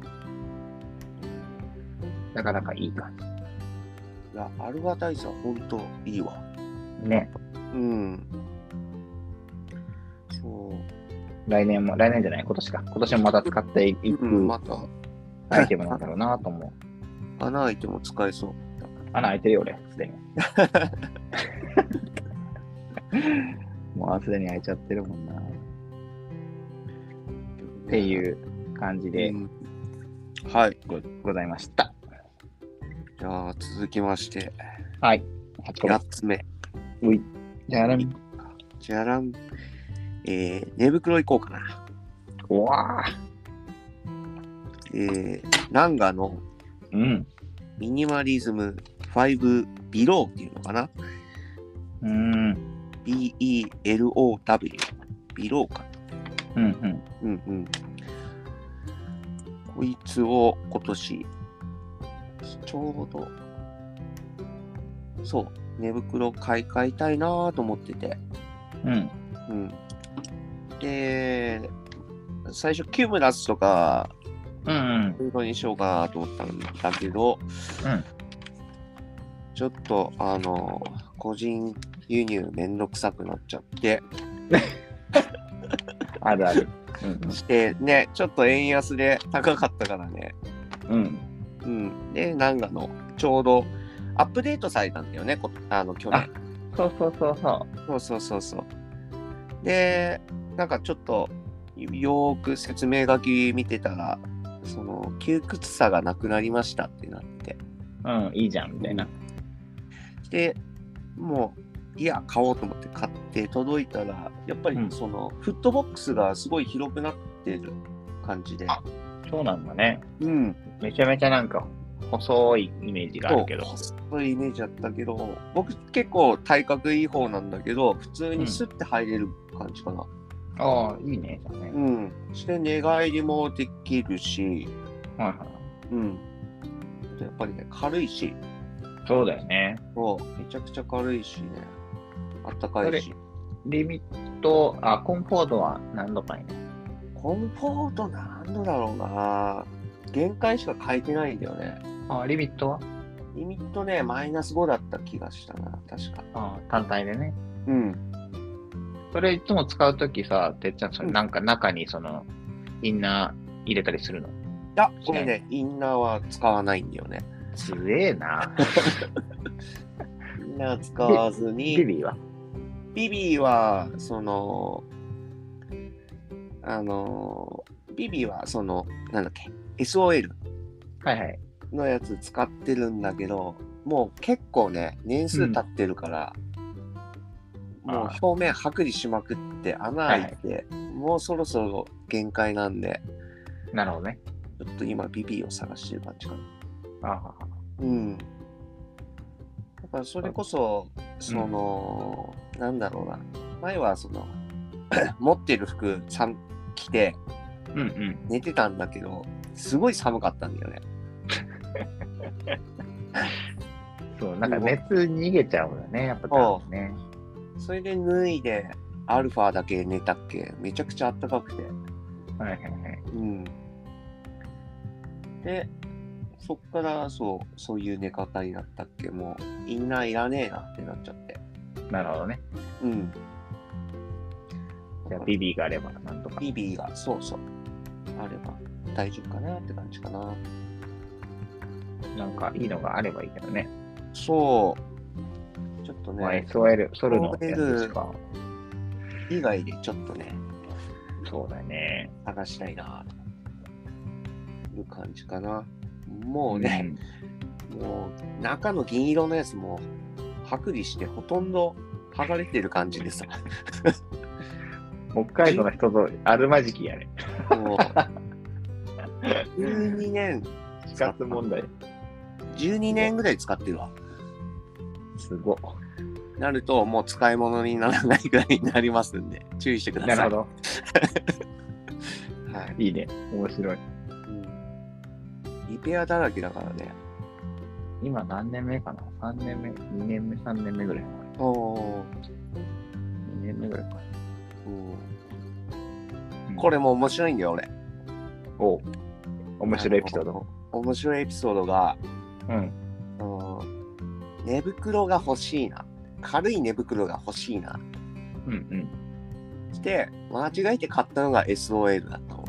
Speaker 2: なかなかいい感
Speaker 3: いや、アルファ大佐、ほんといいわ。
Speaker 2: じ。ね。
Speaker 3: うん。そう。
Speaker 2: 来年も、来年じゃない、今年か。今年もまた使っていく
Speaker 3: うん、また、
Speaker 2: アイテムなんだろうなと思う。
Speaker 3: 穴開いても使えそう。
Speaker 2: 穴開いてるよ、俺、すでに。もうすでに開いちゃってるもんな。っていう感じで
Speaker 3: うん。はい。これ
Speaker 2: ございました。
Speaker 3: じゃあ、続きまして、
Speaker 2: はい。8個目
Speaker 3: 8。つ目。
Speaker 2: うい。じゃあね。
Speaker 3: じゃらん。えー、寝袋いこうかな。
Speaker 2: うわぁ。
Speaker 3: えー、ランガの
Speaker 2: うん。
Speaker 3: ミニマリズム5ビローっていうのかな
Speaker 2: うーん。
Speaker 3: ?B-E-L-O-W。ビローか。
Speaker 2: うんうん。
Speaker 3: うんうん。こいつを今年、ちょうど、そう、寝袋買い替えたいなぁと思ってて。
Speaker 2: うん。
Speaker 3: うん。で、最初キュームラスとか、
Speaker 2: うんうん。
Speaker 3: そういうのにしようかなと思ったんだけど、
Speaker 2: うん
Speaker 3: ちょっと、あの、個人輸入めんどくさくなっちゃって、
Speaker 2: あるある。うん
Speaker 3: して、ね、ちょっと円安で高かったからね、
Speaker 2: うん。うん。
Speaker 3: うん、で、なんかの、ちょうどアップデートされたんだよね、こあの去年。
Speaker 2: そうそうそうそ
Speaker 3: そうそうそうそう。で、なんかちょっと、よーく説明書き見てたら、その、窮屈さがなくなりましたってなって。
Speaker 2: う。うん。いいじゃん、みたいな。
Speaker 3: で、もう、いや、買おうと思って買って届いたら、やっぱり
Speaker 2: うん
Speaker 3: その、フットボックスがすごい広くなってる感じで。
Speaker 2: そうなんだね。
Speaker 3: うん。
Speaker 2: めちゃめちゃなんか、細いイメージがあるけど。
Speaker 3: そういうイメージだったけど、僕結構体格いい方なんだけど、普通にスッて入れる感じかな。
Speaker 2: ああ、いいね。じゃあね。
Speaker 3: うん。して寝返りもできるし、
Speaker 2: はいはい。
Speaker 3: うん。あとやっぱりね、軽いし、
Speaker 2: そうだよね。
Speaker 3: そうめちゃくちゃ軽いしね、あったかいし。
Speaker 2: リミット、あ、コンフォートは何度かいね。
Speaker 3: コンフォートなん度だろうな限界しか書いてないんだよね。
Speaker 2: あ、リミットは
Speaker 3: リミットね、マイナス5だった気がしたな、確か。
Speaker 2: あ単体でね。
Speaker 3: うん。
Speaker 2: それいつも使うときさ、てっちゃん、それなんか中にその、インナー入れたりするの
Speaker 3: あ、ごめんね、インナーは使わないんだよね。
Speaker 2: すげえな。
Speaker 3: インナー使わずに。
Speaker 2: ビビーは
Speaker 3: ビビーは、その、あの、ビビーは、その、なんだっけ、SOL
Speaker 2: はいはい。
Speaker 3: のやつ使ってるんだけど、もう結構ね、年数経ってるから、
Speaker 2: うん
Speaker 3: もう
Speaker 2: あー
Speaker 3: 表面剥離しまくって、穴開いて、もうそろそろ限界なんで、
Speaker 2: なるほどね。
Speaker 3: ちょっと今ビビーを探してる感じかな。
Speaker 2: あ
Speaker 3: うん。だからそれこそ、その、なんだろうな。前はその、 持ってる服3着て
Speaker 2: ーうんうん。
Speaker 3: 寝てたんだけど、すごい寒かったんだよね。
Speaker 2: そう、なんか熱逃げちゃうんだね、やっぱ多分ね。
Speaker 3: それで脱いで、アルファだけ寝たっけめちゃくちゃ暖かくて。
Speaker 2: はいはいはい。
Speaker 3: うん。で、そっから、そう、そういう寝方になったっけもう、インナーいらねえなってなっちゃって。
Speaker 2: なるほどね。
Speaker 3: うん。
Speaker 2: じゃあビビーがあればなんとか。
Speaker 3: ビビーが、そうそう、あれば大丈夫かなって感じかな。
Speaker 2: なんかいいのがあればいいけどね。
Speaker 3: そう。ちょっと
Speaker 2: まあ
Speaker 3: ね、
Speaker 2: SOL、ソルのやつしか。
Speaker 3: 以外でちょっとね、
Speaker 2: そうだね。
Speaker 3: 探したいなという感じかな。もうね、もう中の銀色のやつも剥離してほとんど剥がれてる感じ でさ、
Speaker 2: うん。北海道の人とあるまじきやね。
Speaker 3: もう12年、
Speaker 2: 死活問題。
Speaker 3: 12年ぐらい使ってるわ。
Speaker 2: すごっ。
Speaker 3: なるともう使い物にならないぐらいになりますんで、注意してくださ。
Speaker 2: ないるほど。
Speaker 3: はい。
Speaker 2: いいね。面白い。
Speaker 3: うんリペアだらけだからね。
Speaker 2: 今何年目かな ?3 年目、2年目、3年目ぐらいかな。
Speaker 3: おお、
Speaker 2: 2年目ぐらいかな。
Speaker 3: これも面白いんだよ、俺。
Speaker 2: おう面白いエピソード。
Speaker 3: 面白いエピソードが、
Speaker 2: うん。
Speaker 3: うん、寝袋が欲しいな。軽い寝袋が欲しいな。
Speaker 2: うんうん。
Speaker 3: して、間違えて買ったのが SOL だった、俺。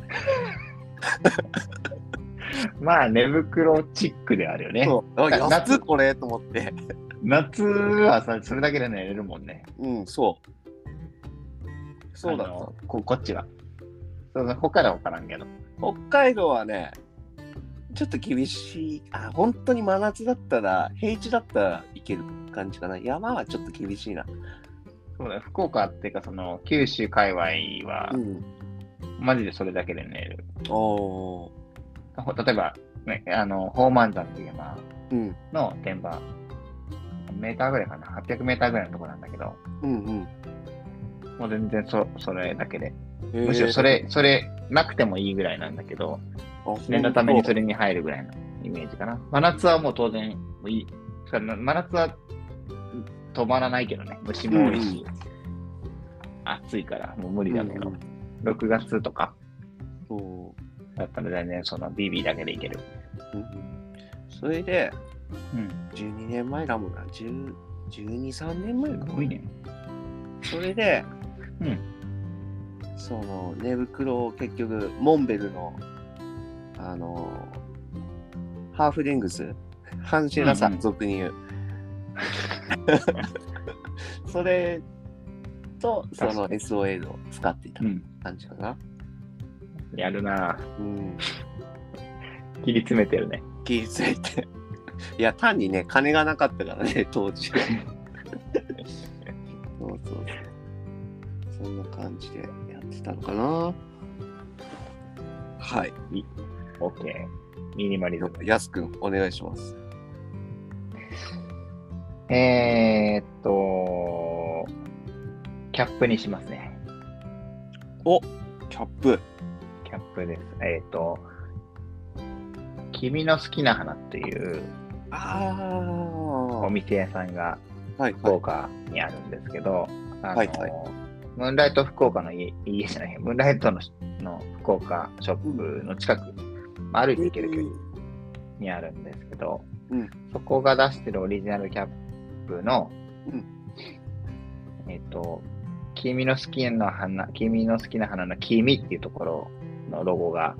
Speaker 2: まあ、寝袋チックであるよね。
Speaker 3: そう。あ
Speaker 2: な
Speaker 3: 安っ、これと思って。
Speaker 2: 夏はさ、それだけで寝れるもんね。
Speaker 3: うん、そう。そうだ
Speaker 2: あ
Speaker 3: った
Speaker 2: の。ここっちは。そうそう、他ら分からんけど。
Speaker 3: 北海道はね、ちょっと厳しい。あ、本当に真夏だったら、平地だったらいける感じかな。山はちょっと厳しいな。
Speaker 2: そうだよ、福岡っていうか、その、九州界隈は
Speaker 3: う、ん。
Speaker 2: マジでそれだけで寝れる。
Speaker 3: おお
Speaker 2: ほ例えば、ね、あの、宝満山っていう山
Speaker 3: ー。うん。
Speaker 2: の天場、メーターぐらいかな、800メーターぐらいのとこなんだけど、
Speaker 3: うんうん。
Speaker 2: もう全然そ、それだけで。
Speaker 3: えー
Speaker 2: むしろそ、れ、それ、なくてもいいぐらいなんだけど、
Speaker 3: あ
Speaker 2: 念のためにそ
Speaker 3: れ。
Speaker 2: れに入るぐらいのイメージかな。真夏はもう当然、もういい。それ真夏は止まらないけどね、虫も多いし、暑いからもう無理だけど、6月とか
Speaker 3: そ
Speaker 2: だったら全然その BB だけでいける。
Speaker 3: う。うんそれで、
Speaker 2: うん、
Speaker 3: 12年前だもんな。10 12、3年前かな。
Speaker 2: ごいね。
Speaker 3: それで、
Speaker 2: うん
Speaker 3: その寝袋を結局モンベルのあのハーフレングスハンシェラさ
Speaker 2: うんうん
Speaker 3: ん俗に言う、 それとその SOL を使っていた
Speaker 2: うん。
Speaker 3: 感じかな
Speaker 2: やるなぁ
Speaker 3: うん
Speaker 2: 切り詰めてるね。
Speaker 3: 気ぃついて いや単にね金がなかったからね 当 時そうそうそうそんな感じでやってたのかなはい
Speaker 2: OK。ミニマリズム。
Speaker 3: やすくんお願いします
Speaker 2: えー、っと、キャップにしますね。
Speaker 3: キャップ
Speaker 2: キャップです。えー、っと、君の好きな花っていう
Speaker 3: ああ
Speaker 2: お店屋さんが
Speaker 3: はい
Speaker 2: 福
Speaker 3: はい
Speaker 2: 岡にあるんですけど、あの
Speaker 3: はいはい
Speaker 2: ムーンライト福岡の家家じゃない、ムーンライトのの福岡ショップの近く、まあ歩いて行ける距離にあるんですけど、
Speaker 3: うん
Speaker 2: そこが出してるオリジナルキャップの、
Speaker 3: うん
Speaker 2: えっと、君の好きな花、君の好きな花の君っていうところのロゴが、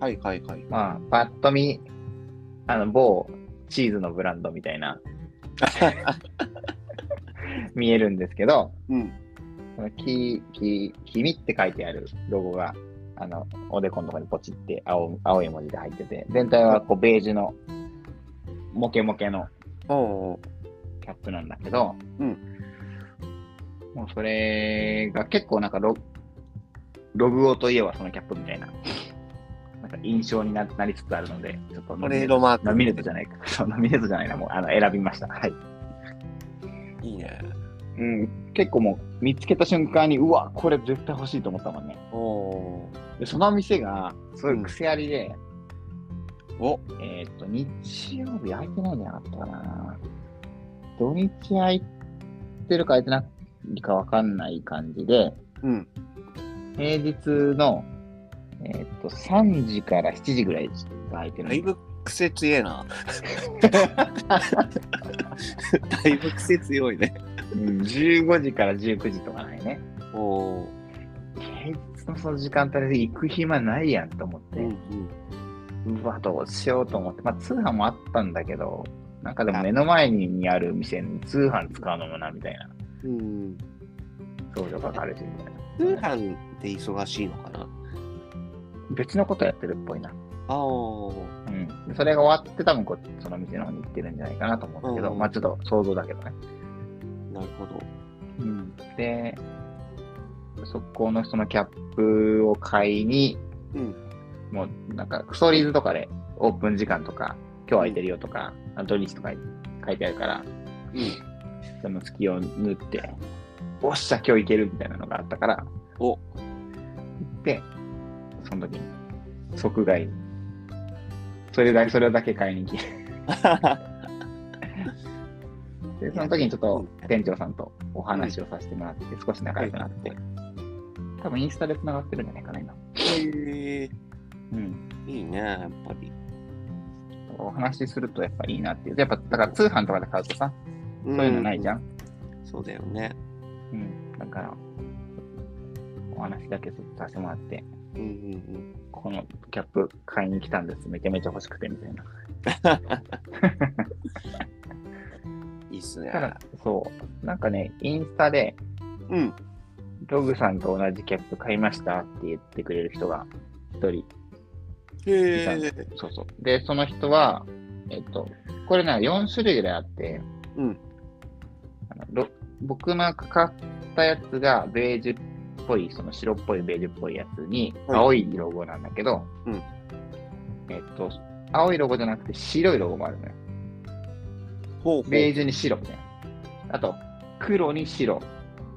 Speaker 3: はいはいはい。
Speaker 2: まあ、パッと見、あの、某チーズのブランドみたい な、見えるんですけど、
Speaker 3: うん。
Speaker 2: そのき、き、君って書いてあるロゴが、あの、おでこのとこにポチって青、青い文字で入ってて、全体はこうベージュの、モケモケの
Speaker 3: おー
Speaker 2: キャップなんだけど、
Speaker 3: うん
Speaker 2: もうそれが結構なんかロログオといえばそのキャップみたいな、なんか印象にななりつつあるので、ちょっとノ
Speaker 3: ト
Speaker 2: ミ
Speaker 3: レ
Speaker 2: ネ
Speaker 3: ードマーク。
Speaker 2: ノミネートじゃないか、そうノミネートじゃないな、もうあの選びました。はい。
Speaker 3: いいね。
Speaker 2: うん、結構もう見つけた瞬間に、うわ、これ絶対欲しいと思ったもんね。
Speaker 3: おお
Speaker 2: で、その店が、すごい癖ありで、
Speaker 3: ー。お
Speaker 2: えーっと、日曜日空いてないんじゃなかったかな。土日空いてるか空いてないかわかんない感じで、
Speaker 3: うん。
Speaker 2: 平日の、えーっと3時から7時ぐらいが空いてるん
Speaker 3: だ
Speaker 2: で
Speaker 3: いぶ癖強え な。だいぶ癖強いね。
Speaker 2: うん、15時から19時とかないね。
Speaker 3: おお。
Speaker 2: 平日のその時間帯で行く暇ないやんと思って、
Speaker 3: う
Speaker 2: うんわ、どうしようと思って、まあ通販もあったんだけど、なんかでも目の前にある店に通販使うのもなみたいな、
Speaker 3: うん。うん。
Speaker 2: 送料かかるしみたいな。
Speaker 3: 通販で忙しいのかな
Speaker 2: 別のことやってるっぽいな。
Speaker 3: あおー。
Speaker 2: うん。でそれが終わって多分こうその店の方に行ってるんじゃないかなと思うんだけど、
Speaker 3: うん
Speaker 2: まあちょっと想像だけどね。
Speaker 3: なるほど。
Speaker 2: で、そこの人のキャップを買いに、
Speaker 3: うん。
Speaker 2: もうなんか、クソリーズとかでオープン時間とか、今日空いてるよとか、あ土日とか書いてあるから、
Speaker 3: うん。
Speaker 2: その隙を縫って、おっしゃ、今日行けるみたいなのがあったから、
Speaker 3: お
Speaker 2: で、その時に即買い。それだけ、それだけ買いに行き。で、その時にちょっと店長さんとお話をさせてもらって、少し仲良くなって、多分インスタで繋がってるんじゃないかな、今。
Speaker 3: へえ
Speaker 2: うん。
Speaker 3: いいね、やっぱり。
Speaker 2: お話しするとやっぱいいなっていう。やっぱ、だから通販とかで買うとさ、
Speaker 3: そ
Speaker 2: そういうのないじゃん。
Speaker 3: そうだよね。
Speaker 2: うん。だから、お話だけちょっとさせてもらって、
Speaker 3: うんうん
Speaker 2: このキャップ買いに来たんです。めちゃめちゃ欲しくて、みたいな。
Speaker 3: うん。いいっすね
Speaker 2: だ。から、そう。なんかね、インスタで、
Speaker 3: うん。
Speaker 2: ログさんと同じキャップ買いましたって言ってくれる人が一人。
Speaker 3: へ
Speaker 2: み
Speaker 3: え。
Speaker 2: そうそう。で、その人は、えっと、これね、4種類ぐらいあって、
Speaker 3: うん。
Speaker 2: あのロ僕の買ったやつがベージュっぽい、その白っぽいベージュっぽいやつに、
Speaker 3: はい
Speaker 2: 青いロゴなんだけど、
Speaker 3: うん
Speaker 2: えっと、青いロゴじゃなくて白いロゴもあるのよ。
Speaker 3: ほうほう。
Speaker 2: ベージュに白ね。あと、黒に白、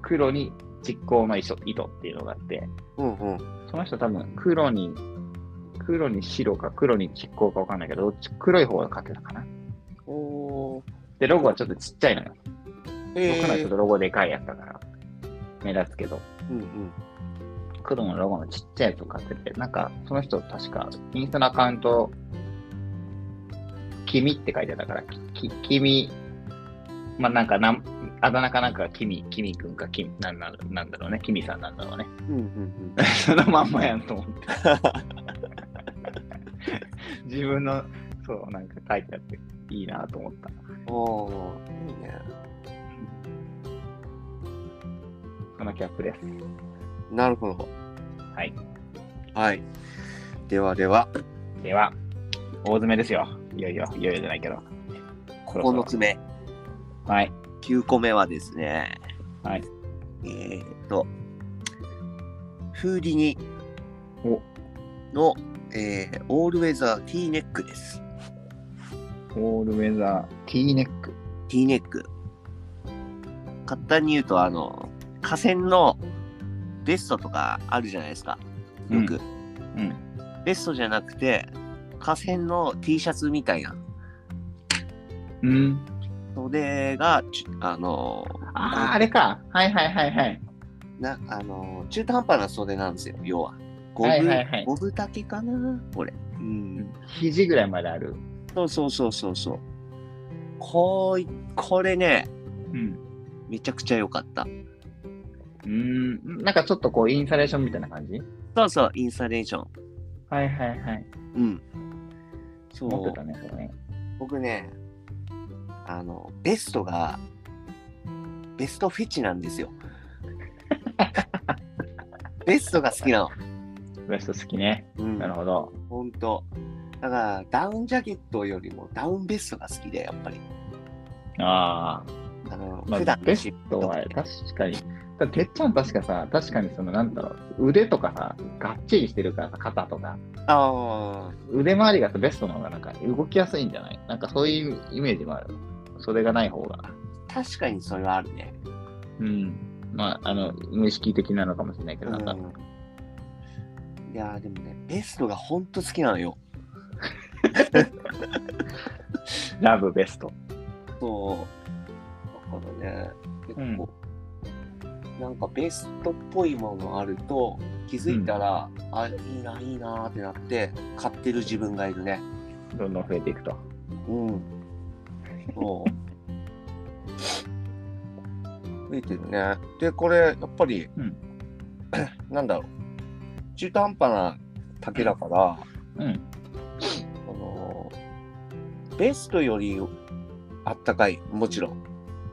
Speaker 2: 黒に蓄光の糸糸っていうのがあって、
Speaker 3: うんうん。
Speaker 2: その人多分黒に、黒に白か黒に蓄光かわかんないけど、どっち黒い方がかけたかな。
Speaker 3: おお
Speaker 2: で、ロゴはちょっとちっちゃいのよ。
Speaker 3: ー。へ
Speaker 2: 僕のはちょっ
Speaker 3: え
Speaker 2: と。ロゴでかいやつだから、目立つけど。
Speaker 3: うんうん。
Speaker 2: 黒のロゴのちっちゃいやつを買ってて、なんか、その人確か、インスタのアカウント、君って書いてたから、き、き君、まあ、なんかなん、あだ名かなんかが君、君くんか、君、なんなんなんだろうね、君さんなんだろ うね。
Speaker 3: うんうん
Speaker 2: そのまんまやんと 思って。自分の、そう、なんか書いてあって、いいなと思った。
Speaker 3: うん。おおー。いいね。
Speaker 2: このキャップです。
Speaker 3: なるほど。
Speaker 2: はい。
Speaker 3: はい。ではでは、
Speaker 2: では、大詰めですよ。いよいよ、いよいよじゃないけど。こ
Speaker 3: 9つ目、
Speaker 2: はい。
Speaker 3: 9個目はですね、
Speaker 2: はい。
Speaker 3: えーっと、フーディニ
Speaker 2: お、
Speaker 3: の、えーオールウェザー T ネックです。
Speaker 2: オールウェザー T ネック。
Speaker 3: T ネック。簡単に言うと、あの、河川のベストとかあるじゃないですか。よく。
Speaker 2: うんう
Speaker 3: ベストじゃなくて、河川の T シャツみたいな。
Speaker 2: うん。
Speaker 3: それが、ちあの、
Speaker 2: ああ、あれか。はいはいはいはい。
Speaker 3: な、あの、中途半端な袖なんですよ、要は。五分、
Speaker 2: はいはいはい
Speaker 3: 五分丈かなこれ。うん。
Speaker 2: 肘ぐらいまである。
Speaker 3: そうそうそうそうそう。こうい、これね、
Speaker 2: うん。
Speaker 3: めちゃくちゃ良かった。
Speaker 2: うーん、なんかちょっとこう、インサレーションみたいな感じ
Speaker 3: そうそう、インスタレーション。
Speaker 2: はいはいはい。
Speaker 3: うん。そ
Speaker 2: 持って
Speaker 3: う
Speaker 2: た。ね、それね。
Speaker 3: 僕ね、あの、ベストが、ベストフェチな んですよ。ベストが好きなの。
Speaker 2: ベスト好きね。
Speaker 3: うん
Speaker 2: なるほど。
Speaker 3: ほんと。だから、ダウンジャケットよりもダウンベストが好きで、やっぱり。
Speaker 2: あ
Speaker 3: あの、
Speaker 2: あ、ま
Speaker 3: 普
Speaker 2: あ、
Speaker 3: 段
Speaker 2: ベストは確かに。だてっちゃん確かさ、確かにその、なんだろう、腕とかさ、がっちりしてるからさ、肩とか。
Speaker 3: ああ、
Speaker 2: 腕周りがさ、ベストの方がなんか動きやすいんじゃないなんかそういうイメージもある。それがない方が。
Speaker 3: 確かにそれはあるね。
Speaker 2: うん。まあ、あの、無意識的なのかもしれないけど、なんか、
Speaker 3: うんいやーでもね、ベストがほんと好きなのよ。
Speaker 2: ラブベスト。
Speaker 3: そう。だからね、結
Speaker 2: うん
Speaker 3: 構、なんかベストっぽいものあると、気づいたら、あ、いいな、いいなーってなって、買ってる自分がいるね。
Speaker 2: どんどん増えていくと。
Speaker 3: うん。そう。増えてるね。で、これ、やっぱり、
Speaker 2: うん
Speaker 3: なんだろう。中途半端な丈だから、
Speaker 2: うん。
Speaker 3: そのベストよりあったかい、もちろん。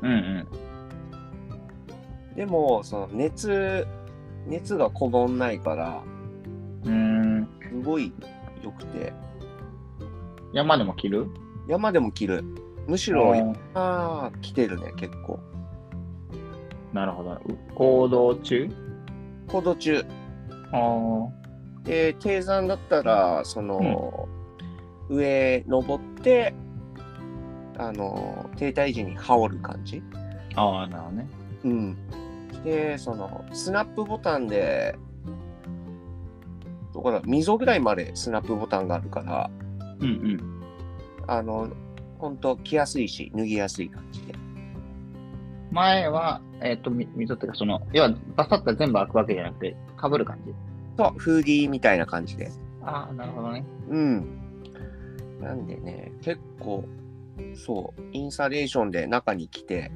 Speaker 2: うんうん。
Speaker 3: でも、その熱、熱がこもんないから、
Speaker 2: うーん。
Speaker 3: すごい良くて、
Speaker 2: 山でも着る
Speaker 3: 山でも着る。むしろ、山着てるね、結構。
Speaker 2: なるほど。行動中
Speaker 3: 行動中。
Speaker 2: ああ。
Speaker 3: で、低山だったら、その、上登って、あの、停滞時に羽織る感じ。
Speaker 2: ああ、なるほどね。
Speaker 3: うん。で、その、スナップボタンで、どこだ、溝ぐらいまでスナップボタンがあるから、
Speaker 2: うんうん。
Speaker 3: あの、ほんと着やすいし、脱ぎやすい感じで。
Speaker 2: 前は、えっ、と、み溝っていうか、その、要は、バサッと全部開くわけじゃなくて、かぶる感じ。
Speaker 3: そう、フーディーみたいな感じで。
Speaker 2: ああ、なるほどね。
Speaker 3: うん。なんでね、結構、そう、インサレーションで中に着て、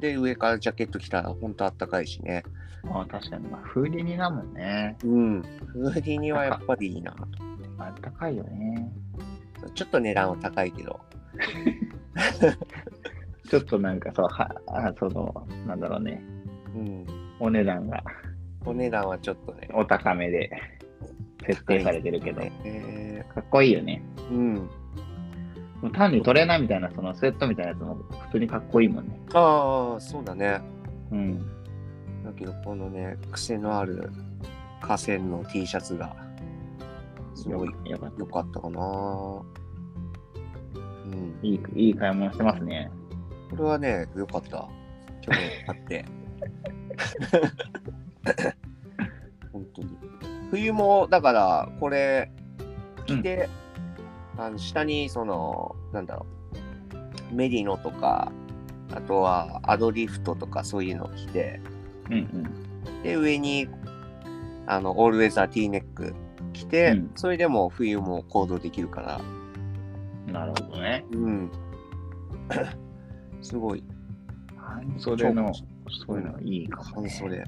Speaker 3: で、上からジャケット着たらほんとあったかいしね。
Speaker 2: ああ、確かに。まあ、風鈴になるもんね。
Speaker 3: うん。フーディーにはやっぱりいいなと。
Speaker 2: あったかいよね。
Speaker 3: ちょっと値段は高いけど。
Speaker 2: ちょっとなんかさ、はあその、なんだろうね。
Speaker 3: うん。
Speaker 2: お値段が
Speaker 3: お値段はちょっとね。
Speaker 2: お高めで設定されてるけど、か
Speaker 3: え
Speaker 2: っこいいよね。
Speaker 3: ー、うん。
Speaker 2: もう単にトレーナーみたいな、そのスウェットみたいなやつも普通にかっこいいもんね。
Speaker 3: ああ、そうだね。
Speaker 2: うん。
Speaker 3: だけど、このね、癖のある河川の T シャツが、すごい
Speaker 2: よかっ
Speaker 3: 良かったかな。うん
Speaker 2: た。。いい、いい買い物してますね。
Speaker 3: これはね、良かった。去年買って。 本当に。冬も、だから、これ、着て、あの下に、その、なんだろう、メディノとか、あとはアドリフトとかそういうの着て、
Speaker 2: うんうん。
Speaker 3: で、上に、あの、オールウェザーティーネック着て、
Speaker 2: うん
Speaker 3: それでもう冬も行動できるから、
Speaker 2: なるほどね。
Speaker 3: うん。 すごい、
Speaker 2: 半袖の
Speaker 3: 超、
Speaker 2: そういうのいいかも、
Speaker 3: 半
Speaker 2: ね。
Speaker 3: 袖。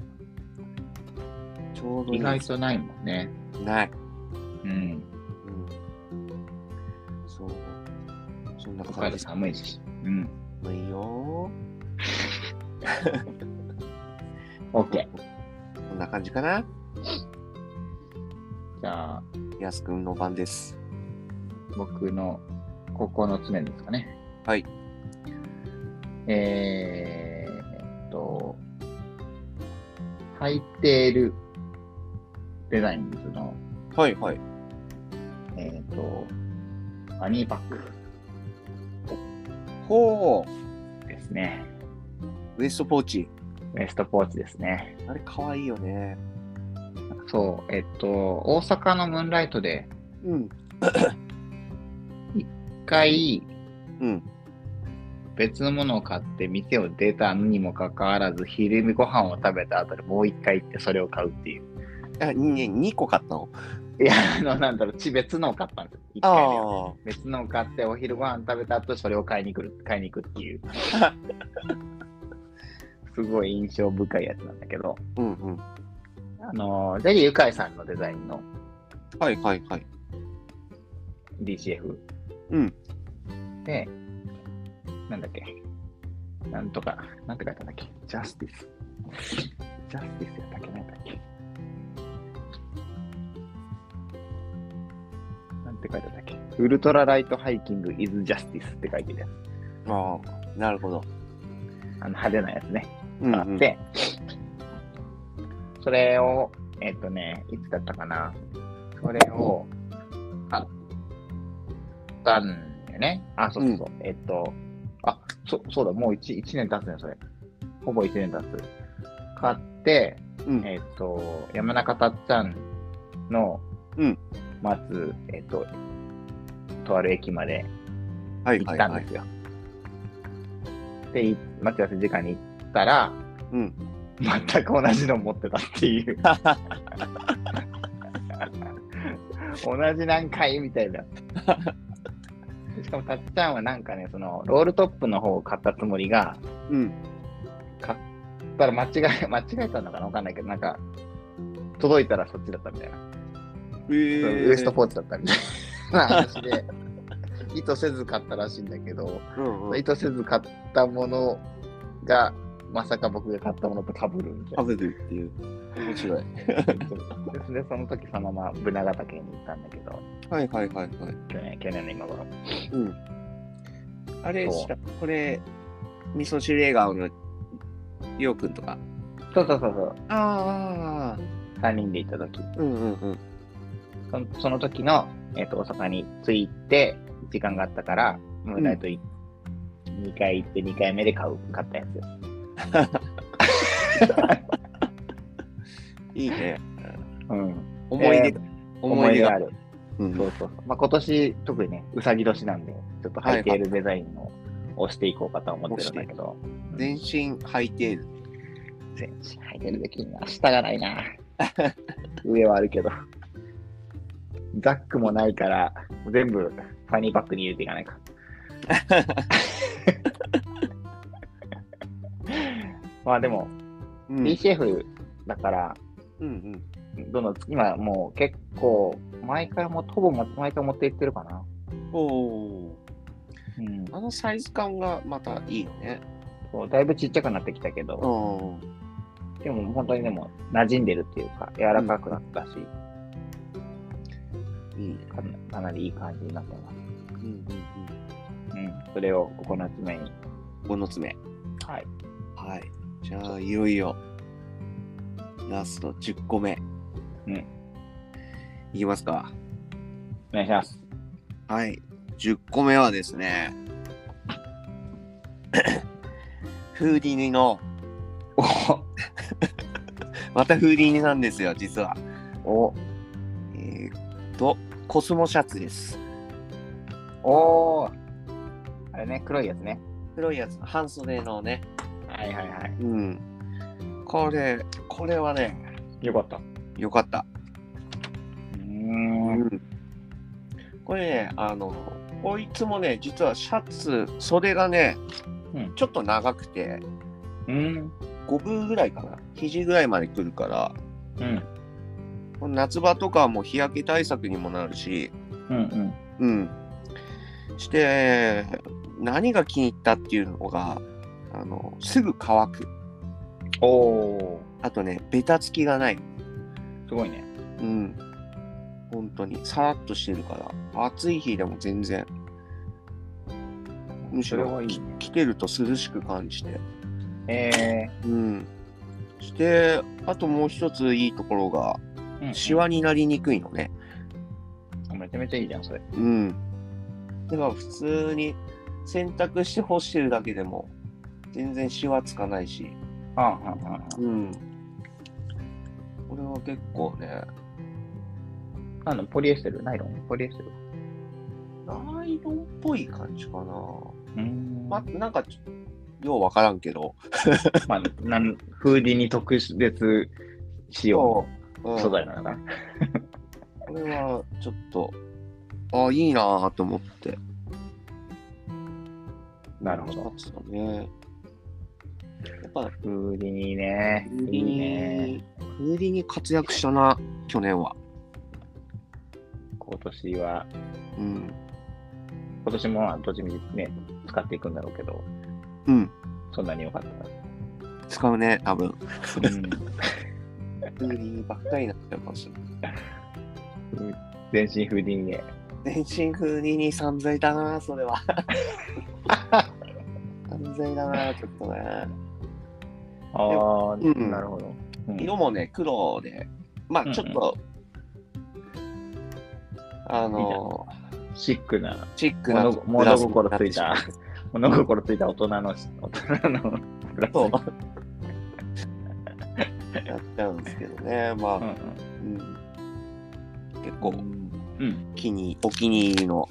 Speaker 3: ちょうどい
Speaker 2: 意
Speaker 3: い
Speaker 2: 外とないもんね。
Speaker 3: ない。
Speaker 2: うん。
Speaker 3: うん。そう。そんな
Speaker 2: 北海
Speaker 3: 感
Speaker 2: 道
Speaker 3: じ。
Speaker 2: 寒いし。うん。
Speaker 3: 寒いよ
Speaker 2: OK。
Speaker 3: ー。こんな感じかな。
Speaker 2: じゃあ、
Speaker 3: やすくんの番です。
Speaker 2: 僕の高校の常ですかね。
Speaker 3: はい。
Speaker 2: えーっと、履いているデザインズの、
Speaker 3: はいはい。
Speaker 2: えーっと、バニーパック
Speaker 3: ほ
Speaker 2: ですね。
Speaker 3: う。ウエストポーチ。
Speaker 2: ウエストポーチですね。
Speaker 3: あれ可愛いよね。
Speaker 2: そう、えーっと、大阪のムーンライトで、
Speaker 3: うん。
Speaker 2: 一回
Speaker 3: うん。
Speaker 2: 別のものを買って店を出たにもかかわらず、昼ご飯を食べた後でもう一回行ってそれを買うっていう。
Speaker 3: あ、ね、2個買ったの。
Speaker 2: いや、あの、なんだろう、ち別のを買ったんですよ。一回目を
Speaker 3: あ
Speaker 2: 別のを買って、お昼ご飯食べた後、それを買いに来る、買いに行くっていう。すごい印象深いやつなんだけど、
Speaker 3: うんうん。
Speaker 2: あの、ジャリーゆかいさんのデザインの
Speaker 3: はいはいはい。
Speaker 2: DCF
Speaker 3: うん。
Speaker 2: で、なんだっけ、なんとか、なんて書いたんだっけ、ジャスティス。ジャスティスやったっけ、なんだっけ。なんて書いたんだっけ、ウルトラライトハイキングイズジャスティスって書いてるやつ。
Speaker 3: ああ、なるほど。
Speaker 2: あの派手なやつね。
Speaker 3: うん、う
Speaker 2: あっ
Speaker 3: ん。
Speaker 2: て、それを、えっとね、いつだったかな、それを買ったんだよね。あ、そうそうそう、えっと、あ、そそうだ、もう 1, 一年経つね、それ。ほぼ1年経つ。買って、
Speaker 3: うん
Speaker 2: えっと、山中たっちゃんの
Speaker 3: うん
Speaker 2: 待つ、えっと、とある駅まで
Speaker 3: はい
Speaker 2: 行
Speaker 3: は
Speaker 2: っ
Speaker 3: い
Speaker 2: た
Speaker 3: は
Speaker 2: ん
Speaker 3: い
Speaker 2: で。すよ。でい待ち合わせ時間に行ったら、
Speaker 3: うん。
Speaker 2: 全く同じの持ってたって いう。同じなんかいみたいな。しかもたっちゃんはなんかね、そのロールトップの方を買ったつもりが、
Speaker 3: うん。
Speaker 2: 買ったら間違え、間 違えたのかなわかんないけど、なんか、届いたらそっちだったみたいな。
Speaker 3: えー、
Speaker 2: ウエストポーチだったみたいな 話で、意図せず買ったらしいんだけど、
Speaker 3: うんうん
Speaker 2: 意。図せず買ったものが、まさか僕が買ったものと被るみたいな
Speaker 3: 食。べるっていう。面白い。
Speaker 2: それでその時そのままブナガ岳に行ったんだけど、
Speaker 3: はいはいはいはい。
Speaker 2: 去年去年の今頃。
Speaker 3: うん。あれ、
Speaker 2: そう
Speaker 3: しらこれ、味噌汁笑顔のりょうくんとか。
Speaker 2: そうそうそうそう、
Speaker 3: ああ。
Speaker 2: 3人で行った時。
Speaker 3: うんうんうん。
Speaker 2: そのその時の、えっと大阪に着いて、時間があったから、ムーンライト2回行って2回目で買う買ったやつ。
Speaker 3: いいね。
Speaker 2: うん、
Speaker 3: 思い出、
Speaker 2: えー
Speaker 3: 思い出が。
Speaker 2: ある。
Speaker 3: うん
Speaker 2: そうそうそうまあ、今年特にね、うさぎ年なんで、ちょっとハイテールデザインを押していこうかとは思ってるんだけど、
Speaker 3: 全身ハイテール。
Speaker 2: 全身ハイテールできんな。下がないな。 上はあるけど。ザックもないから、全部ファニーバッグに入れていか ないか。まあでも、
Speaker 3: うん。
Speaker 2: DCF だから、
Speaker 3: うん
Speaker 2: どんどん今もう結構、毎回も、ほぼも毎回持っていってるかな。
Speaker 3: うん。おお。
Speaker 2: うん、
Speaker 3: あのサイズ感がまたいいよね。
Speaker 2: そうだいぶちっちゃくなってきたけど、
Speaker 3: ん。
Speaker 2: でも本当にでも馴染んでるっていうか、柔らかくなったし、
Speaker 3: いいね。
Speaker 2: かなかなりいい感じになってます。
Speaker 3: うんうんうん。
Speaker 2: うん、それを9つ目に。
Speaker 3: 五の爪。
Speaker 2: はい。
Speaker 3: はい。じゃあ、いよいよ、ラスト10個目。
Speaker 2: うん。
Speaker 3: いきますか。
Speaker 2: お願いします。
Speaker 3: はい。10個目はですね、 フーディニの、 またフーディニなんですよ、実は。
Speaker 2: お
Speaker 3: えーっと、コスモシャツです。
Speaker 2: おおーあれね、黒いやつね。
Speaker 3: 黒いやつ、半袖のね。
Speaker 2: はいはいは
Speaker 3: うん。これ、これはね、
Speaker 2: い。よかった。う
Speaker 3: よかった。
Speaker 2: ーん。
Speaker 3: これね、あの、こいつもね、実はシャツ、袖がね、
Speaker 2: うん
Speaker 3: ちょっと長くて、
Speaker 2: うん。
Speaker 3: 5分ぐらいかな。肘ぐらいまで来るから、
Speaker 2: うん。
Speaker 3: この夏場とかはもう日焼け対策にもなるし、
Speaker 2: うん。
Speaker 3: うん。して、何が気に入ったっていうのが、あの、すぐ乾く。
Speaker 2: おお
Speaker 3: あとね、ベタつきがない。
Speaker 2: ーすごいね。
Speaker 3: うん。本当に、さらっとしてるから、暑い日でも全然。むし
Speaker 2: それ
Speaker 3: ろ
Speaker 2: はいいね。
Speaker 3: 着てると涼しく感じて。
Speaker 2: え
Speaker 3: うん。して、あともう一ついいところが、
Speaker 2: ー、うん
Speaker 3: シワになりにくいのね。
Speaker 2: めちゃめちゃいいじゃん、それ。
Speaker 3: うん。だから普通に洗濯して干してるだけでも、全然シワつかないし。
Speaker 2: ああ、ああ、あ
Speaker 3: うん。これは結構ね、
Speaker 2: あ。なんだ、ポリエステルナイロンポリエステル
Speaker 3: ナイロンっぽい感じかな。
Speaker 2: うーん
Speaker 3: ま
Speaker 2: ま、、
Speaker 3: なんか、ようわからんけど。
Speaker 2: まあ、なん、フーディに特別仕様
Speaker 3: う
Speaker 2: の
Speaker 3: ん
Speaker 2: 素材なのかな。
Speaker 3: これはちょっと、あいいなぁと思って。
Speaker 2: なるほど。
Speaker 3: そうね。やっぱ、
Speaker 2: 風鈴いいね。
Speaker 3: 風
Speaker 2: いいね。
Speaker 3: 鈴、風鈴に活躍したな、去年は。
Speaker 2: 今年は、
Speaker 3: うん。
Speaker 2: 今年もまあどっちみちね、使っていくんだろうけど、
Speaker 3: うん。
Speaker 2: そんなに良かったな。
Speaker 3: 使うね、多
Speaker 2: う
Speaker 3: 分。
Speaker 2: ん
Speaker 3: 風鈴ばっかりになっちゃうかもしれない。
Speaker 2: 全身風鈴ね。
Speaker 3: 全身風鈴に散財だな、それは。 散財だな、ちょっとね。
Speaker 2: ああ、
Speaker 3: うん
Speaker 2: なるほど。うん
Speaker 3: 色もね、黒で、ま
Speaker 2: うんう
Speaker 3: あ
Speaker 2: ん
Speaker 3: ちょっと、あの
Speaker 2: シックな、
Speaker 3: チックな
Speaker 2: 物物心ついた
Speaker 3: グラスになってしまう。、
Speaker 2: 物心ついた大人の、大人のグラス
Speaker 3: そう。やっちゃうんですけどね、まあ、
Speaker 2: うん
Speaker 3: うん結構
Speaker 2: うん。うん。
Speaker 3: 気にお気に入りの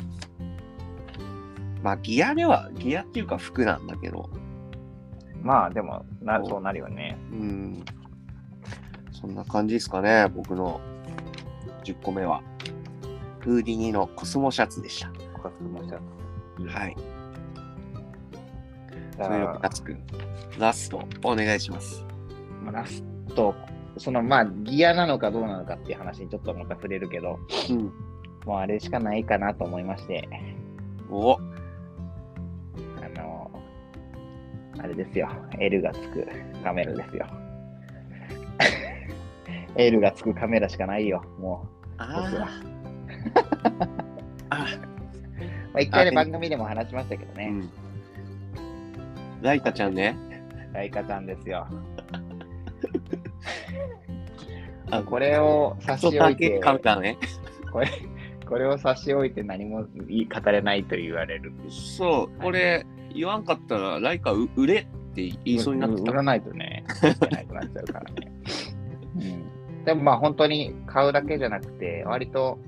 Speaker 3: まあギアではギアっていうか服なんだけど
Speaker 2: まあでもな、そうなるよね。
Speaker 3: うんそんな感じですかね僕の10個目はフーディニのコスモシャツでした
Speaker 2: 告白もした
Speaker 3: はい
Speaker 2: じ
Speaker 3: それでは
Speaker 2: ゃあ
Speaker 3: 夏くんラストお願いします
Speaker 2: まあラスト、そのまあギアなのかどうなのかっていう話にちょっとまた触れるけど、
Speaker 3: うん
Speaker 2: もうあれしかないかなと思いまして、
Speaker 3: お
Speaker 2: あの、あれですよ、L がつくカメラですよ。L がつくカメラしかないよ、も
Speaker 3: あ
Speaker 2: 僕は
Speaker 3: ー あ
Speaker 2: う。まあ、一回で番組でも話しましたけど
Speaker 3: う
Speaker 2: ね、
Speaker 3: んライカちゃんね
Speaker 2: ライカちゃんですよ。
Speaker 3: あ
Speaker 2: これを差し
Speaker 3: ちょっと
Speaker 2: 置
Speaker 3: だ
Speaker 2: いて
Speaker 3: け、カメラね
Speaker 2: これ、これを差し置いて何も言い語れないと言われる。
Speaker 3: そう、これ、言わんかったら、ライカう売れって言いそうになって
Speaker 2: 売ら
Speaker 3: た。
Speaker 2: ないとね、売れなくなっちゃうからね。うん、でもまあ本当に買うだけじゃなくて、割と、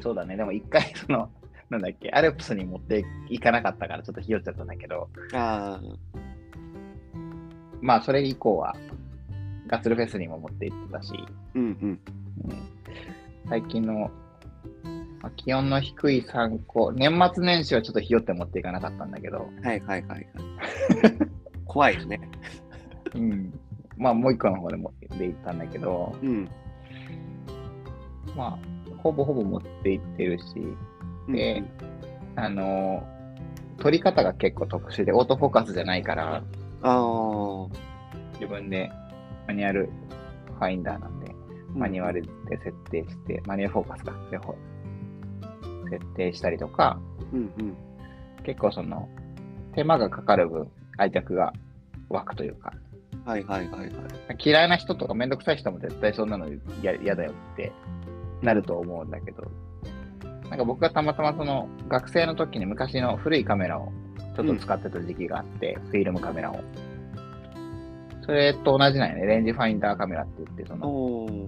Speaker 2: そうだね、でも一回その、なんだっけ、アルプスに持っていかなかったからちょっとひよっちゃったんだけど、
Speaker 3: あ
Speaker 2: まあそれ以降は、ガッツルフェスにも持って行ってたし、
Speaker 3: うん
Speaker 2: うん最近の、まあ気温の低い参考、年末年始はちょっとひよって持っていかなかったんだけど、
Speaker 3: うん。はいはい はいはい。怖いよね。
Speaker 2: うん、まあもう一個の方で持って行ったんだけど、
Speaker 3: うん。
Speaker 2: まあ、ほぼほぼ持って行ってるし、であのー、撮り方が結構特殊で、オートフォーカスじゃないから、
Speaker 3: ああ。
Speaker 2: 自分でマニュアルファインダーなんで、マニュアルで設定して、マニュアルフォーカスか、両方設定したりとか、
Speaker 3: うんうん。
Speaker 2: 結構その、手間がかかる分、愛着が湧くというか、
Speaker 3: はいはいはいはい。
Speaker 2: 嫌いな人とかめんどくさい人も絶対そんなの嫌嫌だよってなると思うんだけど、なんか僕がたまたまその学生の時に昔の古いカメラをちょっと使ってた時期があって、フィルムカメラを。それと同じなんよね、レンジファインダーカメラって言って、その
Speaker 3: おー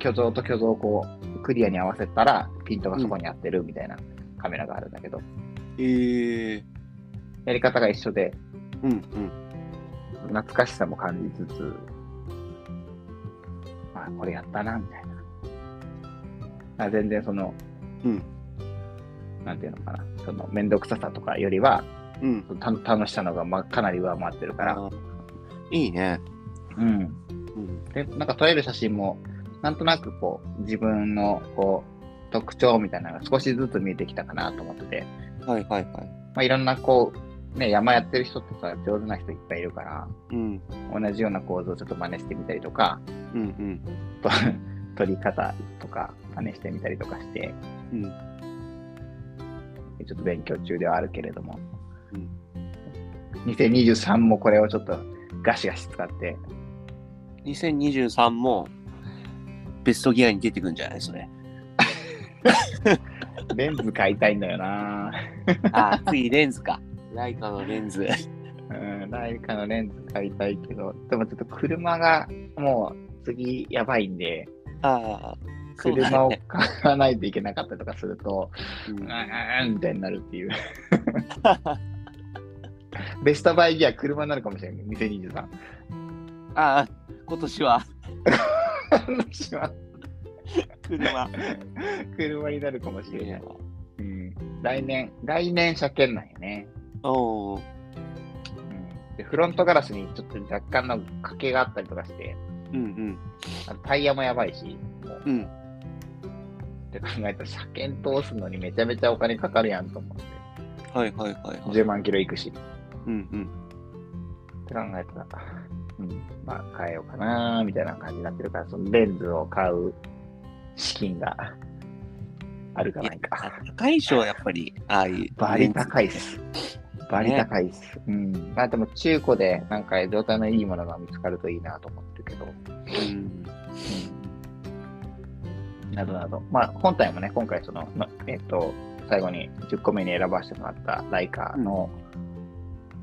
Speaker 2: 虚像と虚像をこうクリアに合わせたらピントがそこに合ってるみたいなカメラがあるんだけど、
Speaker 3: ええ。
Speaker 2: やり方が一緒で
Speaker 3: うんうん。
Speaker 2: 懐かしさも感じつつ、あ、これやったな、みたいな。あ全然その、
Speaker 3: うん
Speaker 2: なんていうのかな、その、面倒くささとかよりは、
Speaker 3: うん。
Speaker 2: た楽しさのが、ま、かなり上回ってるから、
Speaker 3: あーいいね。
Speaker 2: うん。
Speaker 3: うん。
Speaker 2: で、なんか撮れる写真も、なんとなくこう、自分の、こう、特徴みたいなのが少しずつ見えてきたかなと思ってて、
Speaker 3: はいはいはい。
Speaker 2: まあ、いろんなこう、ね、山やってる人ってさ、上手な人いっぱいいるから、
Speaker 3: うん
Speaker 2: 同じような構造をちょっと真似してみたりとか、
Speaker 3: うん
Speaker 2: と撮り方とか真似してみたりとかして、
Speaker 3: うん
Speaker 2: ちょっと勉強中ではあるけれども、
Speaker 3: うん
Speaker 2: 2023もこれをちょっとガシガシ使って、
Speaker 3: うん。2023もベストギアに出てくんじゃないそれ。
Speaker 2: レンズ買いたいんだよな
Speaker 3: あー、次レンズか。ライカのレン ズ。
Speaker 2: うん、ライカのレンズ買いたいけど、でもちょっと車がもう次やばいんで、
Speaker 3: ああ。そうだね
Speaker 2: 車を買わないといけなかったりとかすると、
Speaker 3: うん
Speaker 2: うーんみたいになる っていう。ベストバイギア車になるかもしれない、2023。
Speaker 3: ああ、今年は
Speaker 2: 話は
Speaker 3: 車。
Speaker 2: 車になるかもしれない。うん、来年、来年車検なんよね。
Speaker 3: おお、
Speaker 2: うん、で、フロントガラスにちょっと若干の欠けがあったりとかして、
Speaker 3: うん
Speaker 2: あとタイヤもやばいし、もう
Speaker 3: うんうん
Speaker 2: って考えたら車検通すのにめちゃめちゃお金かかるやんと思って、
Speaker 3: はいはいはいはい
Speaker 2: 10万キロいくし、って
Speaker 3: うんうん
Speaker 2: 考えたら、うん、まあ変えようかなーみたいな感じになってるから、そのレンズを買う資金があるかないか。
Speaker 3: 高いでしょやっぱりああいう
Speaker 2: バリ高いっす。バリ高いっす。うん。まあでも中古でなんか状態のいいものが見つかるといいなと思ってるけど、
Speaker 3: うん
Speaker 2: などなど。まあ本体もね、今回その、まえっと、最後に10個目に選ばせてもらったライカの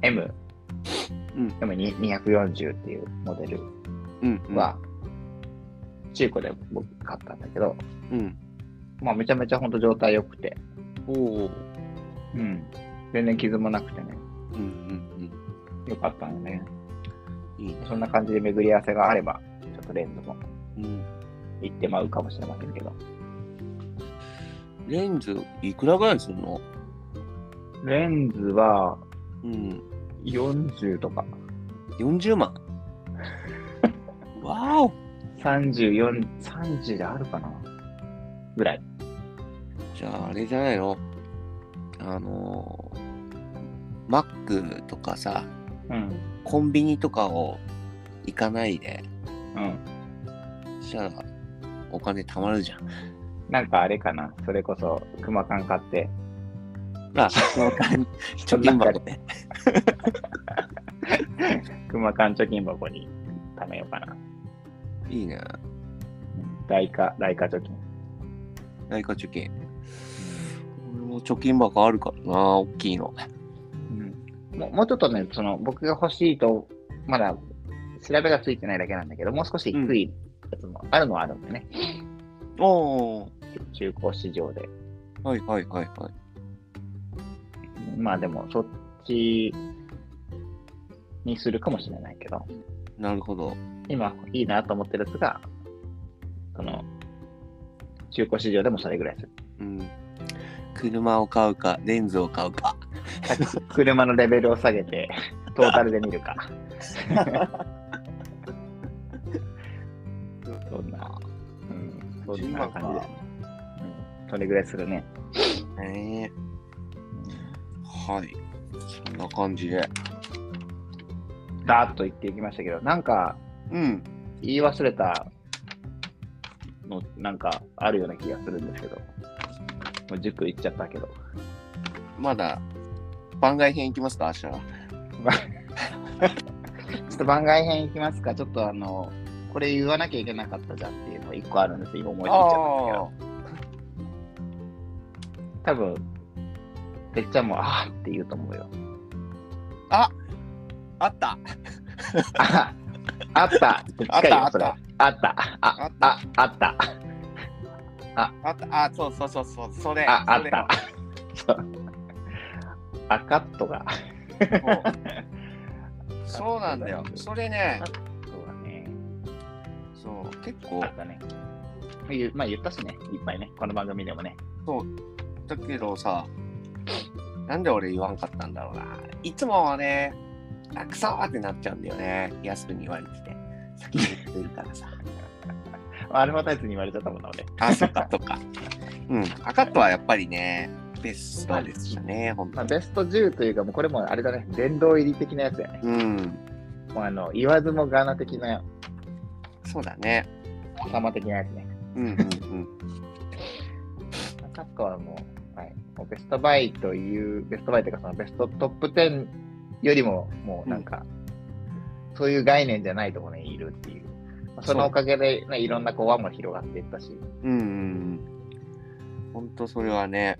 Speaker 2: M、
Speaker 3: うん
Speaker 2: M240 っていうモデル
Speaker 3: うんうん
Speaker 2: は、中古で僕買ったんだけど、
Speaker 3: うん
Speaker 2: まあめちゃめちゃほんと状態良くて、
Speaker 3: おお
Speaker 2: うん。全然傷もなくてね、
Speaker 3: うんうん
Speaker 2: 良かったんだね。
Speaker 3: うんいいね
Speaker 2: そんな感じで巡り合わせがあれば、ちょっとレンズも
Speaker 3: うん
Speaker 2: 行ってまうかもしれませんけど。
Speaker 3: レンズいくらぐらいするの
Speaker 2: レンズは
Speaker 3: うん
Speaker 2: 40とか、
Speaker 3: 40万 わお
Speaker 2: 34、30であるかなぐらい。
Speaker 3: じゃあ、あれじゃないのあのー、マックとかさ、
Speaker 2: うん。
Speaker 3: コンビニとかを行かないで、
Speaker 2: うん。
Speaker 3: そしたらお金貯まるじ ゃん。
Speaker 2: なんかあれかなそれこそ、クマ缶買って、
Speaker 3: まあ、その間、貯金箱で。
Speaker 2: クマ缶貯金箱に貯めようかな。
Speaker 3: いいね。
Speaker 2: ライカ、ライカ貯金。
Speaker 3: 内科貯金。俺も貯金箱あるからな、大きいの。
Speaker 2: うん。もうもうちょっとね、その、僕が欲しいと、まだ、調べがついてないだけなんだけど、もう少し低いやつもあるのはあるんでね。
Speaker 3: おー。
Speaker 2: 中古市場で。
Speaker 3: はいはいはいはい。
Speaker 2: まあでも、そっちにするかもしれないけど、
Speaker 3: なるほど。
Speaker 2: 今いいなと思ってるやつが、その、中古市場でもそれぐらいする。
Speaker 3: うん。車を買うか、レンズを買うか。
Speaker 2: さ っき車のレベルを下げて、トータルで見るか。そんな、うん、そんな感じで、うん。それぐらいするね。
Speaker 3: ええはい。そんな感じで。
Speaker 2: だーっと言っていきましたけど、なんか
Speaker 3: うん。
Speaker 2: 言い忘れたの、なんかあるような気がするんですけど、もう塾行っちゃったけど。
Speaker 3: まだ番外編いきますか、明日は。
Speaker 2: ちょっと番外編いきますか、ちょっとあの、これ言わなきゃいけなかったじゃんっていうのが1個あるんですよ、今思いついちゃったんですけど、多分てっちゃんも、あーって言うと思うよ。
Speaker 3: あった
Speaker 2: ああった
Speaker 3: あったあった
Speaker 2: それあったあ
Speaker 3: あっ
Speaker 2: ああった
Speaker 3: あったあ、そうそうそうそう、それ。
Speaker 2: ああっ
Speaker 3: それ
Speaker 2: た。そうあカットが。
Speaker 3: そうそうなんだよ。それね、
Speaker 2: そうだね。
Speaker 3: そう、結
Speaker 2: あ
Speaker 3: 構、
Speaker 2: ったね。言うまあ言ったしね、いっぱいね、この番組でもね。
Speaker 3: だけどさ、なんで俺言わんかったんだろうな。いつもはね、あ、くそーってなっちゃうんだよね。やすくに言われてて。先に言ってるから さ。
Speaker 2: アルファタイツに言われちゃったもんな、俺。
Speaker 3: あ、そっか、そっか。うん、赤とはやっぱりね、ベストでしたね、本
Speaker 2: ま
Speaker 3: 当
Speaker 2: あ、
Speaker 3: に。
Speaker 2: ベスト10というか、もうこれもあれだね、殿堂入り的なやつだよね。
Speaker 3: うん、
Speaker 2: もうあの、言わずもがな的な、
Speaker 3: そうだね。
Speaker 2: 様的なやつね。
Speaker 3: うんうんうん。
Speaker 2: カットはもう、はい、もうベストバイという、ベストバイというか、そのベストトップ10よりも、もうなんか、そういう概念じゃないところにいるっていう。まあそのおかげで、ね、いろんなこう輪も広がっていったし、
Speaker 3: うんうんうん。ほんとそれはね、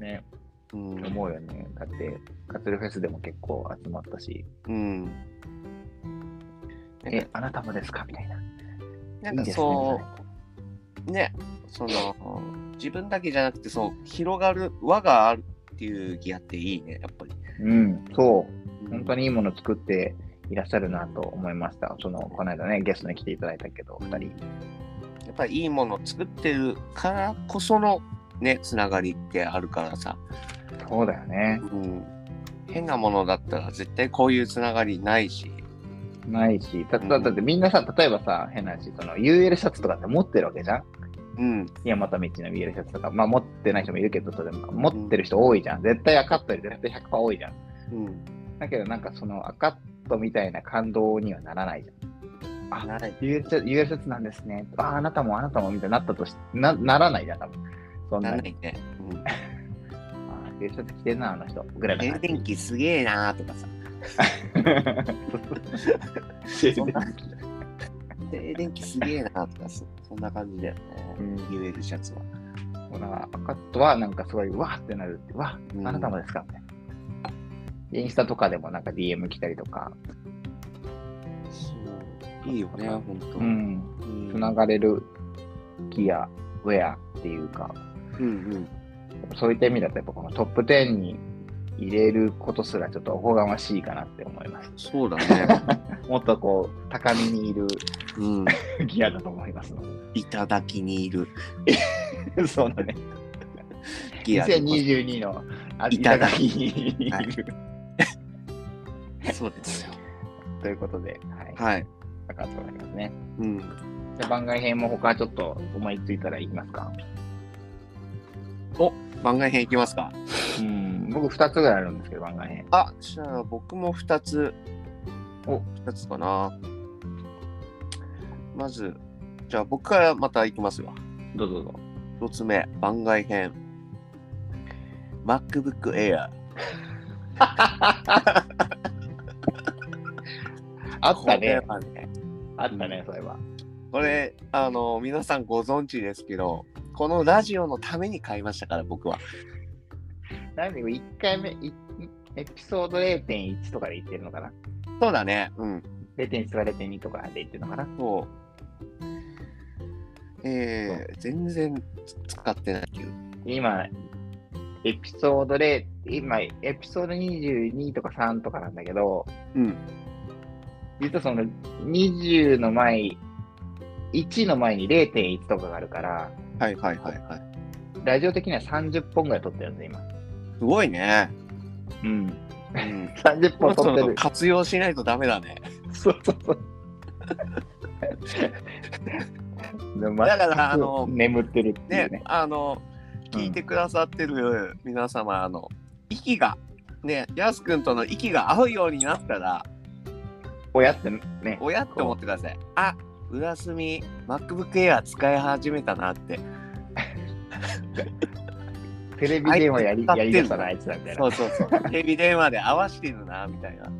Speaker 2: ね、
Speaker 3: うん。
Speaker 2: 思うよね。だって、カツルフェスでも結構集まったし、
Speaker 3: うん、なん
Speaker 2: え
Speaker 3: か、
Speaker 2: あなたもですかみたいな。
Speaker 3: なんか
Speaker 2: いい
Speaker 3: そ
Speaker 2: ですね
Speaker 3: う、ね、その、自分だけじゃなくて、そう、広がる輪があるっていうギアっていいね、やっぱり。
Speaker 2: うん、そう。本当
Speaker 3: に。
Speaker 2: にいいもの作っていらっしゃるなと思いました。その、この間ね、ゲストに来ていただいたけど、二人。
Speaker 3: やっぱりいいものを作ってるからこその、ね、つながりってあるからさ。
Speaker 2: そうだよね。
Speaker 3: うん。
Speaker 2: い
Speaker 3: 変なものだったら絶対こういうつながりないし、
Speaker 2: ないし、ただだってみんなさ、例えばさ、変な話、その UL シャツとかって持ってるわけじゃん
Speaker 3: うん、
Speaker 2: 大和道の UL シャツとか、まあ持ってない人もいるけど、それも持ってる人多いじゃん。絶対赤っとより絶対100%多いじゃん。
Speaker 3: うん、
Speaker 2: だけどなんかその赤っとみたいな感動にはならないじゃん。あ
Speaker 3: なれ
Speaker 2: UL シャツ UL シャツなんですね。ああ、あなたもあなたもみたいになったとしなならないじゃん、多分。そん
Speaker 3: な
Speaker 2: な
Speaker 3: ら
Speaker 2: に
Speaker 3: ないね。うん
Speaker 2: あー UL シャツ着てんな、あの人。ぐらい
Speaker 3: 静
Speaker 2: の
Speaker 3: 電気すげえなーとかさ、
Speaker 2: 感じ。
Speaker 3: そんな静電気すげえなーとかそ、そんな感じだよね。
Speaker 2: うん
Speaker 3: 言えるシャツは。
Speaker 2: ほら、赤とはなんかすごい、わーってなるって、わ
Speaker 3: うん
Speaker 2: ー、あなたもですかみたいな。インスタとかでもなんか DM 来たりとか、
Speaker 3: そういいよね、ほんと。
Speaker 2: う
Speaker 3: うん
Speaker 2: ん、つ
Speaker 3: う
Speaker 2: ながれるギア、ウェアっていうか、
Speaker 3: ん
Speaker 2: そういった意味だとやっぱこのトップ10に入れることすらちょっとおこがましいかなって思います。
Speaker 3: そうだね。
Speaker 2: もっとこう、高みにいる
Speaker 3: うん。
Speaker 2: ギアだと思いますの
Speaker 3: いただきにいる。
Speaker 2: で。 そうだね。
Speaker 3: ギアでござい
Speaker 2: 2022のあ
Speaker 3: いただ
Speaker 2: きにい
Speaker 3: はい
Speaker 2: る。
Speaker 3: ますそうですよ。
Speaker 2: ということで、はい。
Speaker 3: はい。
Speaker 2: なかったと思いますね。
Speaker 3: うん。
Speaker 2: じゃあ番外編も他ちょっと思いついたらいきますか。
Speaker 3: お番外編いきますか。
Speaker 2: うん、僕2つぐらいあるんですけど、番外編。
Speaker 3: あ、じゃあ僕も2つ。
Speaker 2: お
Speaker 3: 2つかな。まず、じゃあ僕からまた行きますよ。
Speaker 2: どうぞどうぞ。
Speaker 3: 1つ目、番外編。MacBook Air。
Speaker 2: あったね
Speaker 3: これ。はね
Speaker 2: あったね、それは。
Speaker 3: これ、あの、皆さんご存知ですけど、このラジオのために買いましたから、僕は。
Speaker 2: なんで1回目、いエピソード0.1とかで言ってるのかな
Speaker 3: そうだね。うん。
Speaker 2: ?0.1 とか0.2とかで言ってるのかな
Speaker 3: そう。えー、全然使ってないけど。
Speaker 2: 今、エピソード0、今、エピソード22とか3とかなんだけど、
Speaker 3: うん。
Speaker 2: 実はその20の前、1の前に0.1とかがあるから、
Speaker 3: はいはいはいはい。
Speaker 2: ラジオ的には30本ぐらい撮ってるんです、今。
Speaker 3: すごいね。
Speaker 2: うん。
Speaker 3: うん。
Speaker 2: 30本撮ってる。
Speaker 3: 活用しないとダメだね。
Speaker 2: そうそうそう。でも
Speaker 3: だからあの
Speaker 2: 全く眠ってるってい
Speaker 3: ね
Speaker 2: うね。、
Speaker 3: あの、
Speaker 2: うん
Speaker 3: 聞いてくださってる皆様、あの、息が、ね、やすくんとの息が合うようになったら、
Speaker 2: 親ってね、
Speaker 3: おやって思ってください。あ、浦澄、MacBook Air 使い始めたなって。
Speaker 2: テレビ電話やり
Speaker 3: あいつ
Speaker 2: やりだしたな、あいつだみたいな
Speaker 3: そ。うそうそう。テレビ電話で合わしてるな、みたいな。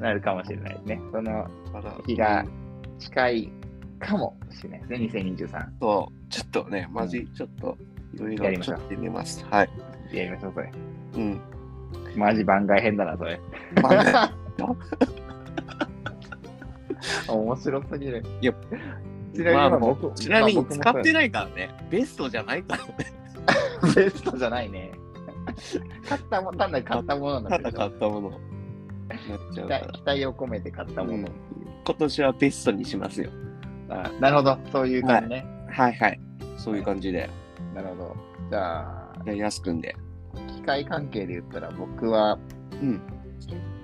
Speaker 2: なるかもしれないですね。その
Speaker 3: から
Speaker 2: 日が近いかもしれないですね。2023
Speaker 3: そう、ちょっとね、マジ、ちょっと、いろい
Speaker 2: や
Speaker 3: ろ
Speaker 2: りまし
Speaker 3: ち
Speaker 2: ょ
Speaker 3: ょ
Speaker 2: う
Speaker 3: っと見ます。はい。
Speaker 2: やりましょう、それ。
Speaker 3: うん。
Speaker 2: マジ番外編だな、それ。
Speaker 3: まあね
Speaker 2: 面白すぎる。
Speaker 3: いや
Speaker 2: ちなみに
Speaker 3: まあ
Speaker 2: 今僕、
Speaker 3: ちなみに使って
Speaker 2: な
Speaker 3: ないからね、ベストじゃないからね。
Speaker 2: い。ベストじゃないね。 買ったも単なる買ったものな
Speaker 3: た
Speaker 2: んだ
Speaker 3: だ
Speaker 2: け
Speaker 3: 買
Speaker 2: ど
Speaker 3: ったものになっち
Speaker 2: 期
Speaker 3: ゃうから
Speaker 2: 待。期待を込めて買ったもの。
Speaker 3: 今年はベストにしますよ。
Speaker 2: あなるほど、そういう感じね。
Speaker 3: はいはい。そういう感じで。
Speaker 2: なるほど。じゃあ、
Speaker 3: じゃあ、やすくんで。
Speaker 2: 機械関係で言ったら僕は、
Speaker 3: うん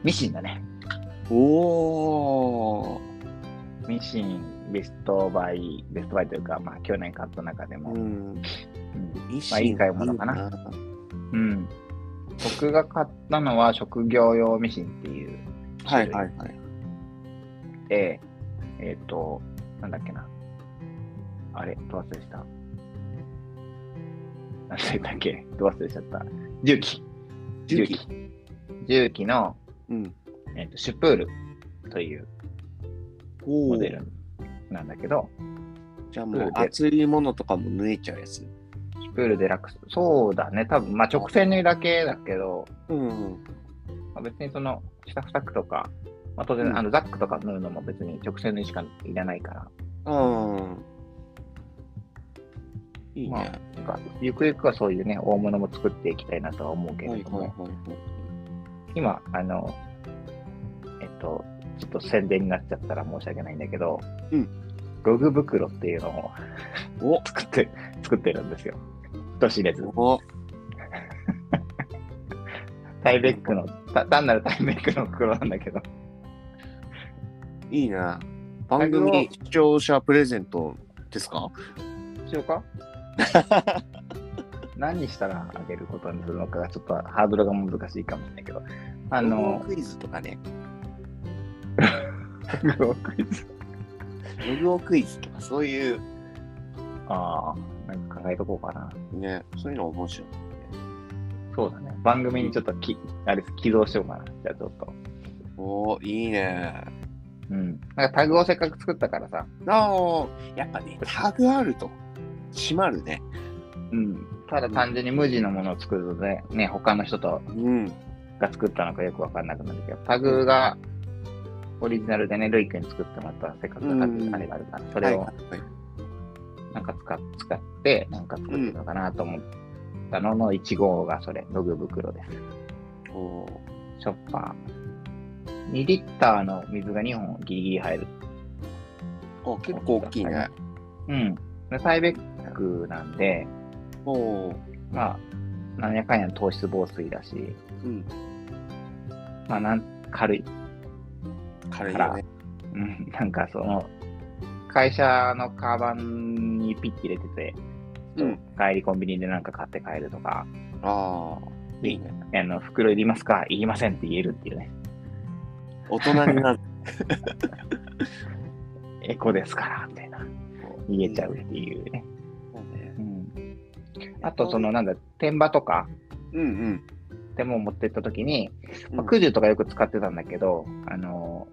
Speaker 2: ミシンだね。
Speaker 3: おー。
Speaker 2: ミシン、ベストバイ、ベストバイというか、まあ、去年買った中でも、
Speaker 3: う
Speaker 2: うん
Speaker 3: ん。ミシン
Speaker 2: まあいい買い物かな。うん僕が買ったのは職業用ミシンっていう
Speaker 3: はいはいはい。
Speaker 2: で、えっ、と、なんだっけな。あれ、ど忘れした。なんだったっけど忘れしちゃった。重機。
Speaker 3: 重機。
Speaker 2: 重機の、
Speaker 3: うん。
Speaker 2: えっとシュプールという
Speaker 3: お
Speaker 2: モデルなんだけど、
Speaker 3: じゃあもう熱いものとかも縫えちゃうやつ。
Speaker 2: シュプールデラックス。そうだね。多分、まあ直線縫いだけだけど、
Speaker 3: うん。
Speaker 2: まあ、別にその、下2クとか、まあ当然、
Speaker 3: うん
Speaker 2: あの、ザックとか縫うのも別に直線縫いしかいらないから、
Speaker 3: うん。いいね。
Speaker 2: まあ
Speaker 3: はい
Speaker 2: なんかゆくゆくはそういうね、大物も作っていきたいなとは思うけ
Speaker 3: は
Speaker 2: れ
Speaker 3: い
Speaker 2: ども、
Speaker 3: はいはい。
Speaker 2: 今、あの、えっと、ちょっと宣伝になっちゃったら申し訳ないんだけど、
Speaker 3: うん
Speaker 2: ログ袋っていうのを
Speaker 3: お
Speaker 2: 作って、作ってるんですよ。都市列。
Speaker 3: お
Speaker 2: タイベックの、た単なるタイベックの袋なんだけど。
Speaker 3: いいな。番組視聴者プレゼントですか
Speaker 2: しよう か何したらあげることにするのかがちょっとハードルが難しいかもしれないけど、あ
Speaker 3: あ
Speaker 2: の、
Speaker 3: クイズとかね。
Speaker 2: クイズ
Speaker 3: 無料クイズとか、そういう、
Speaker 2: ああ、なんか考えとこうかな。
Speaker 3: ね、そういうの面白い。
Speaker 2: そうだね。番組にちょっとき、あれ、起動しようかな。じゃあちょっと。
Speaker 3: おおいいね。
Speaker 2: うん。なんかタグをせっかく作ったからさ、
Speaker 3: なお、やっぱね、タグあると、閉まるね。
Speaker 2: うん。ただ単純に無地のものを作るとね、ね、他の人と
Speaker 3: うん。
Speaker 2: が作ったのかよくわかんなくなるけど、タグがオリジナルでね、ルイ君に作ってもらったせっかくのタグあれがあるから、それを
Speaker 3: はいはい
Speaker 2: なんか使っ使って、なんか作ってるのかなと思ったのの1号がそれ、ログ袋です。
Speaker 3: おー
Speaker 2: ショッパー。2リッターの水が2本ギリギリ入る。
Speaker 3: お結構大きいね。
Speaker 2: うん。でタイベックなんで、
Speaker 3: おおー
Speaker 2: まあ、なんやかんや糖質防水だし、
Speaker 3: うん。
Speaker 2: まあ、なん軽い。
Speaker 3: 軽いよね。
Speaker 2: うん、なんかその、会社のカバンにピッて入れてて、
Speaker 3: うん
Speaker 2: 帰りコンビニでなんか買って帰るとか、
Speaker 3: ああ、いいね。
Speaker 2: あの袋いりますかいりませんって言えるっていうね。
Speaker 3: 大人 になる。
Speaker 2: エコですから、みたいな。言えちゃうっていうね。
Speaker 3: そうね。
Speaker 2: うん、あと、その、なんだ、天場とか
Speaker 3: うん
Speaker 2: でも持ってった時に、
Speaker 3: うん。
Speaker 2: まあ、クジュとかよく使ってたんだけど、あの、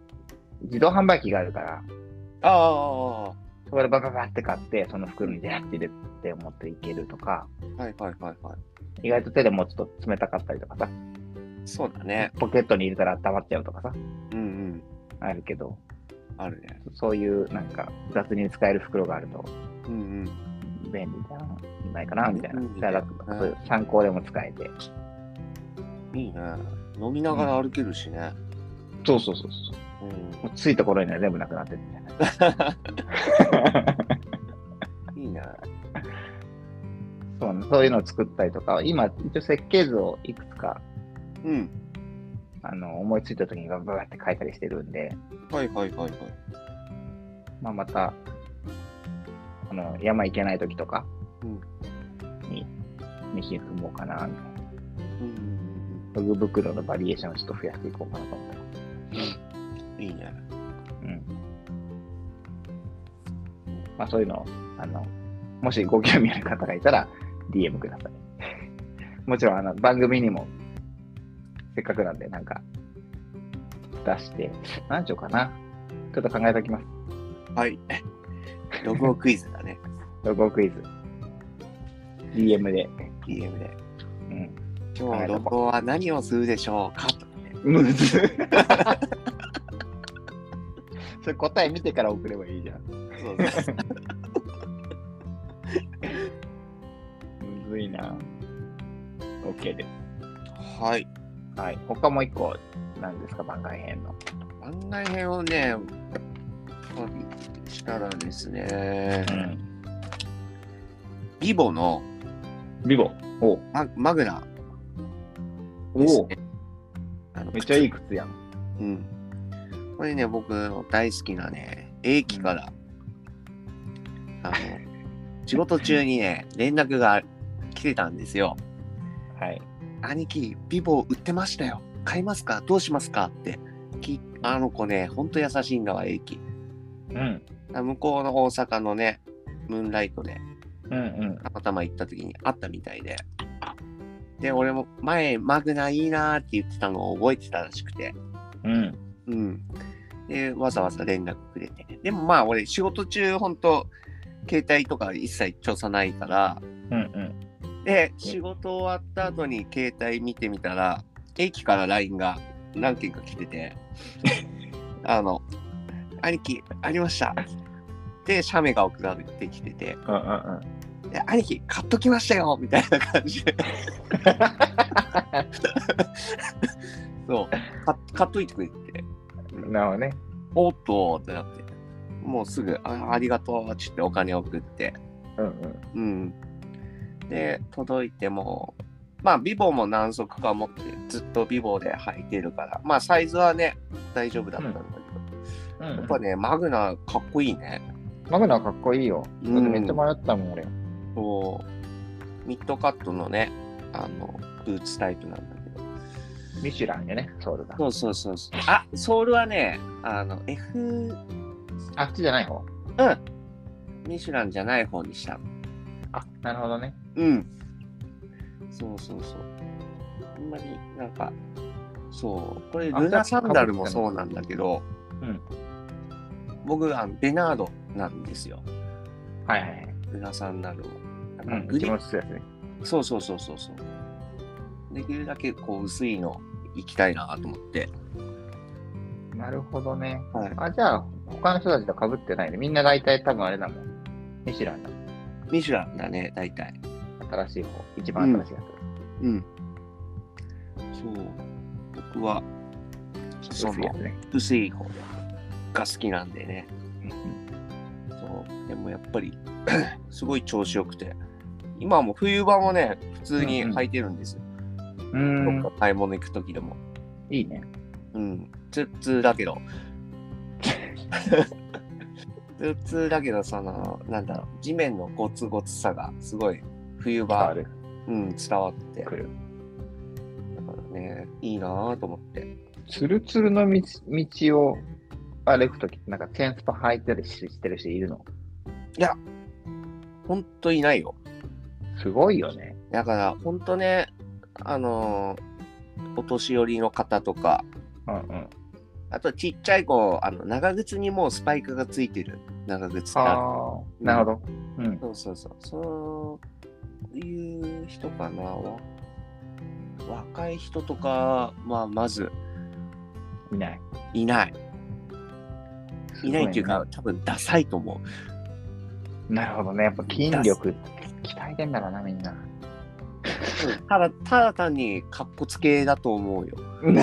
Speaker 2: 自動販売機があるから、
Speaker 3: ああ、は
Speaker 2: そこでバババって買って、その袋にジャーって入れて持っていけるとか、
Speaker 3: いはいはいは
Speaker 2: 意外と手でもうちょっと冷たかったりとかさ、
Speaker 3: い。そうだね。
Speaker 2: ポケットに入れたら温まっちゃうとかさ、
Speaker 3: うんうん。
Speaker 2: あるけど、
Speaker 3: あるね。
Speaker 2: そういうなんか雑に使える袋があると
Speaker 3: うん
Speaker 2: 便利じゃないかな、みたいな。だ
Speaker 3: うんうん
Speaker 2: から楽そういう参考でも使えて。
Speaker 3: うん。いいね。飲みながら歩けるしね。
Speaker 2: そうそうそうそう。
Speaker 3: う
Speaker 2: もうついた頃には全部なくなってるみたいな。
Speaker 3: ん。いいね。
Speaker 2: そうね、そういうのを作ったりとか、今、一応設計図をいくつか
Speaker 3: うん。
Speaker 2: あの思いついた時にガバガバって書いたりしてるんで、
Speaker 3: はいはいはいはい。
Speaker 2: まあ、また、あの山行けない時とかに、飯踏もうかな、みたいなロ
Speaker 3: うん。
Speaker 2: グ袋のバリエーションをちょっと増やしていこうかなと思って。
Speaker 3: いいね。
Speaker 2: うん。まあ、そういうのを、あの、もしご興味ある方がいたら、DM ください。 もちろん、あの、番組にも、せっかくなんで、なんか、出して、何しようかな。ちょっと考えておきます。
Speaker 3: はい。 ロゴクイズだね。
Speaker 2: ロゴクイズ。DM で。
Speaker 3: DM で。
Speaker 2: うん。
Speaker 3: 今日ロゴは何をするでしょうかとかね。
Speaker 2: むず それ答え見てから送ればいいじゃん。
Speaker 3: そうね。
Speaker 2: むずいな。OK です。
Speaker 3: はい。
Speaker 2: はい。他もう一個、なんですか、番外編の。
Speaker 3: 番外編をね、旅したらですね、
Speaker 2: ん。
Speaker 3: ビボの
Speaker 2: ビボ。お
Speaker 3: ママグナです
Speaker 2: お
Speaker 3: ね。あの
Speaker 2: めっちゃいい靴やん。
Speaker 3: うん。これね、僕の大好きなね、英気から、あ の、仕事中にね、連絡が来てたんですよ。
Speaker 2: はい。
Speaker 3: 兄貴、ビボ売ってましたよ。買いますかどうしますかって。きあの子ね、ほんと優しいんだわ、英気。
Speaker 2: うん。
Speaker 3: 向こうの大阪のね、ムーンライトで、
Speaker 2: うんうん。
Speaker 3: たまたま行った時に会ったみたいで。で、俺も前、マグナいいなーって言ってたのを覚えてたらしくて。
Speaker 2: うん。
Speaker 3: うん。で、わざわざ連絡くれて。でもまあ、俺、仕事中、ほんと、携帯とか一切調査ないから、
Speaker 2: うんうん。
Speaker 3: で、仕事終わった後に携帯見てみたら、駅から LINE が何件か来てて、あの、兄貴、ありました。で、写メが送られてきてて、
Speaker 2: うんうん
Speaker 3: で兄貴、買っときましたよみたいな感じで。そう、か買っといてくれて。
Speaker 2: うん。なるほどね。
Speaker 3: おっとってなって、もうすぐ、あありがとうって言ってお金送って、
Speaker 2: うんうん。
Speaker 3: うん。で、届いてもう、まあ、ビボも何足か持って、ずっとビボで履いてるから、まあ、サイズはね、大丈夫だったんだけど、
Speaker 2: うん
Speaker 3: やっぱね、マグナかっこいいね。
Speaker 2: マグナかっこいいよ。
Speaker 3: うん
Speaker 2: だってめっちゃ迷ったもん、俺。
Speaker 3: そう、ミッドカットのね、あの、ブーツタイプなんだけど。
Speaker 2: ミシュランよね、ソウルが。
Speaker 3: そうそうそうそう。あ、ソールはね、あの、F、
Speaker 2: あっちじゃない方
Speaker 3: ミシュランじゃない方にしたの。
Speaker 2: あ、なるほどね。
Speaker 3: うん。そうそうそう。あんまり、なんか、そう、これ、
Speaker 2: あ
Speaker 3: ルナサンダルもそうなんだけど、
Speaker 2: うん
Speaker 3: 僕、あのベナードなんですよ。
Speaker 2: はいはいはい。
Speaker 3: ルナサンダルも。だ
Speaker 2: う
Speaker 3: から
Speaker 2: ん、
Speaker 3: グ
Speaker 2: うち
Speaker 3: リ
Speaker 2: もそうですね。
Speaker 3: そうそうそうそうそう。できるだけこう薄いの行きたいなと思って。
Speaker 2: なるほどね。
Speaker 3: はい
Speaker 2: あ、じゃあ、他の人たちと被ってないね。みんな大体多分あれだもん。ミシュランだ。
Speaker 3: ミシュランだね、大体。
Speaker 2: 新しい方。一番新しいや
Speaker 3: うん。そう。僕は、
Speaker 2: つ。
Speaker 3: そ
Speaker 2: 薄いや
Speaker 3: の
Speaker 2: つね。
Speaker 3: 薄い方が好きなんでね。
Speaker 2: うん
Speaker 3: そう。でもやっぱり、 すごい調子よくて。今はもう冬場もね、普通に履いてるんですよ。
Speaker 2: うん。うん
Speaker 3: どっか買い物行く時でも。
Speaker 2: いいね。
Speaker 3: うん。ツッツーだけど。 ツッツーだけど、その、なんだろう、地面のゴツゴツさが、すごい、冬
Speaker 2: 変わ
Speaker 3: 場、
Speaker 2: る。
Speaker 3: うん、伝わって。だか
Speaker 2: 来る。
Speaker 3: らね、いいなぁと思って。
Speaker 2: ツルツルの道道を歩くとき、なんかチェーンスパ履いてるししてる人いるの。
Speaker 3: ほんといないよ。
Speaker 2: すごいよね。
Speaker 3: だから、ほんとね、あのーお年寄りの方とか、
Speaker 2: うんうん。
Speaker 3: あとちっちゃい子、あの、長靴にもうスパイクがついてる長靴ってある
Speaker 2: ああ、なるほど。うん。
Speaker 3: そうそうそう。そういう人かな。わ若い人とか、まあ、まず
Speaker 2: いない。
Speaker 3: いない。いないっていう
Speaker 2: すご
Speaker 3: か、多分ダサいと思
Speaker 2: ね。なるほどね。やっぱ筋力、鍛えてんだろうな、みんな。
Speaker 3: う。ただ、ただ単にかっこつけだと思うよ。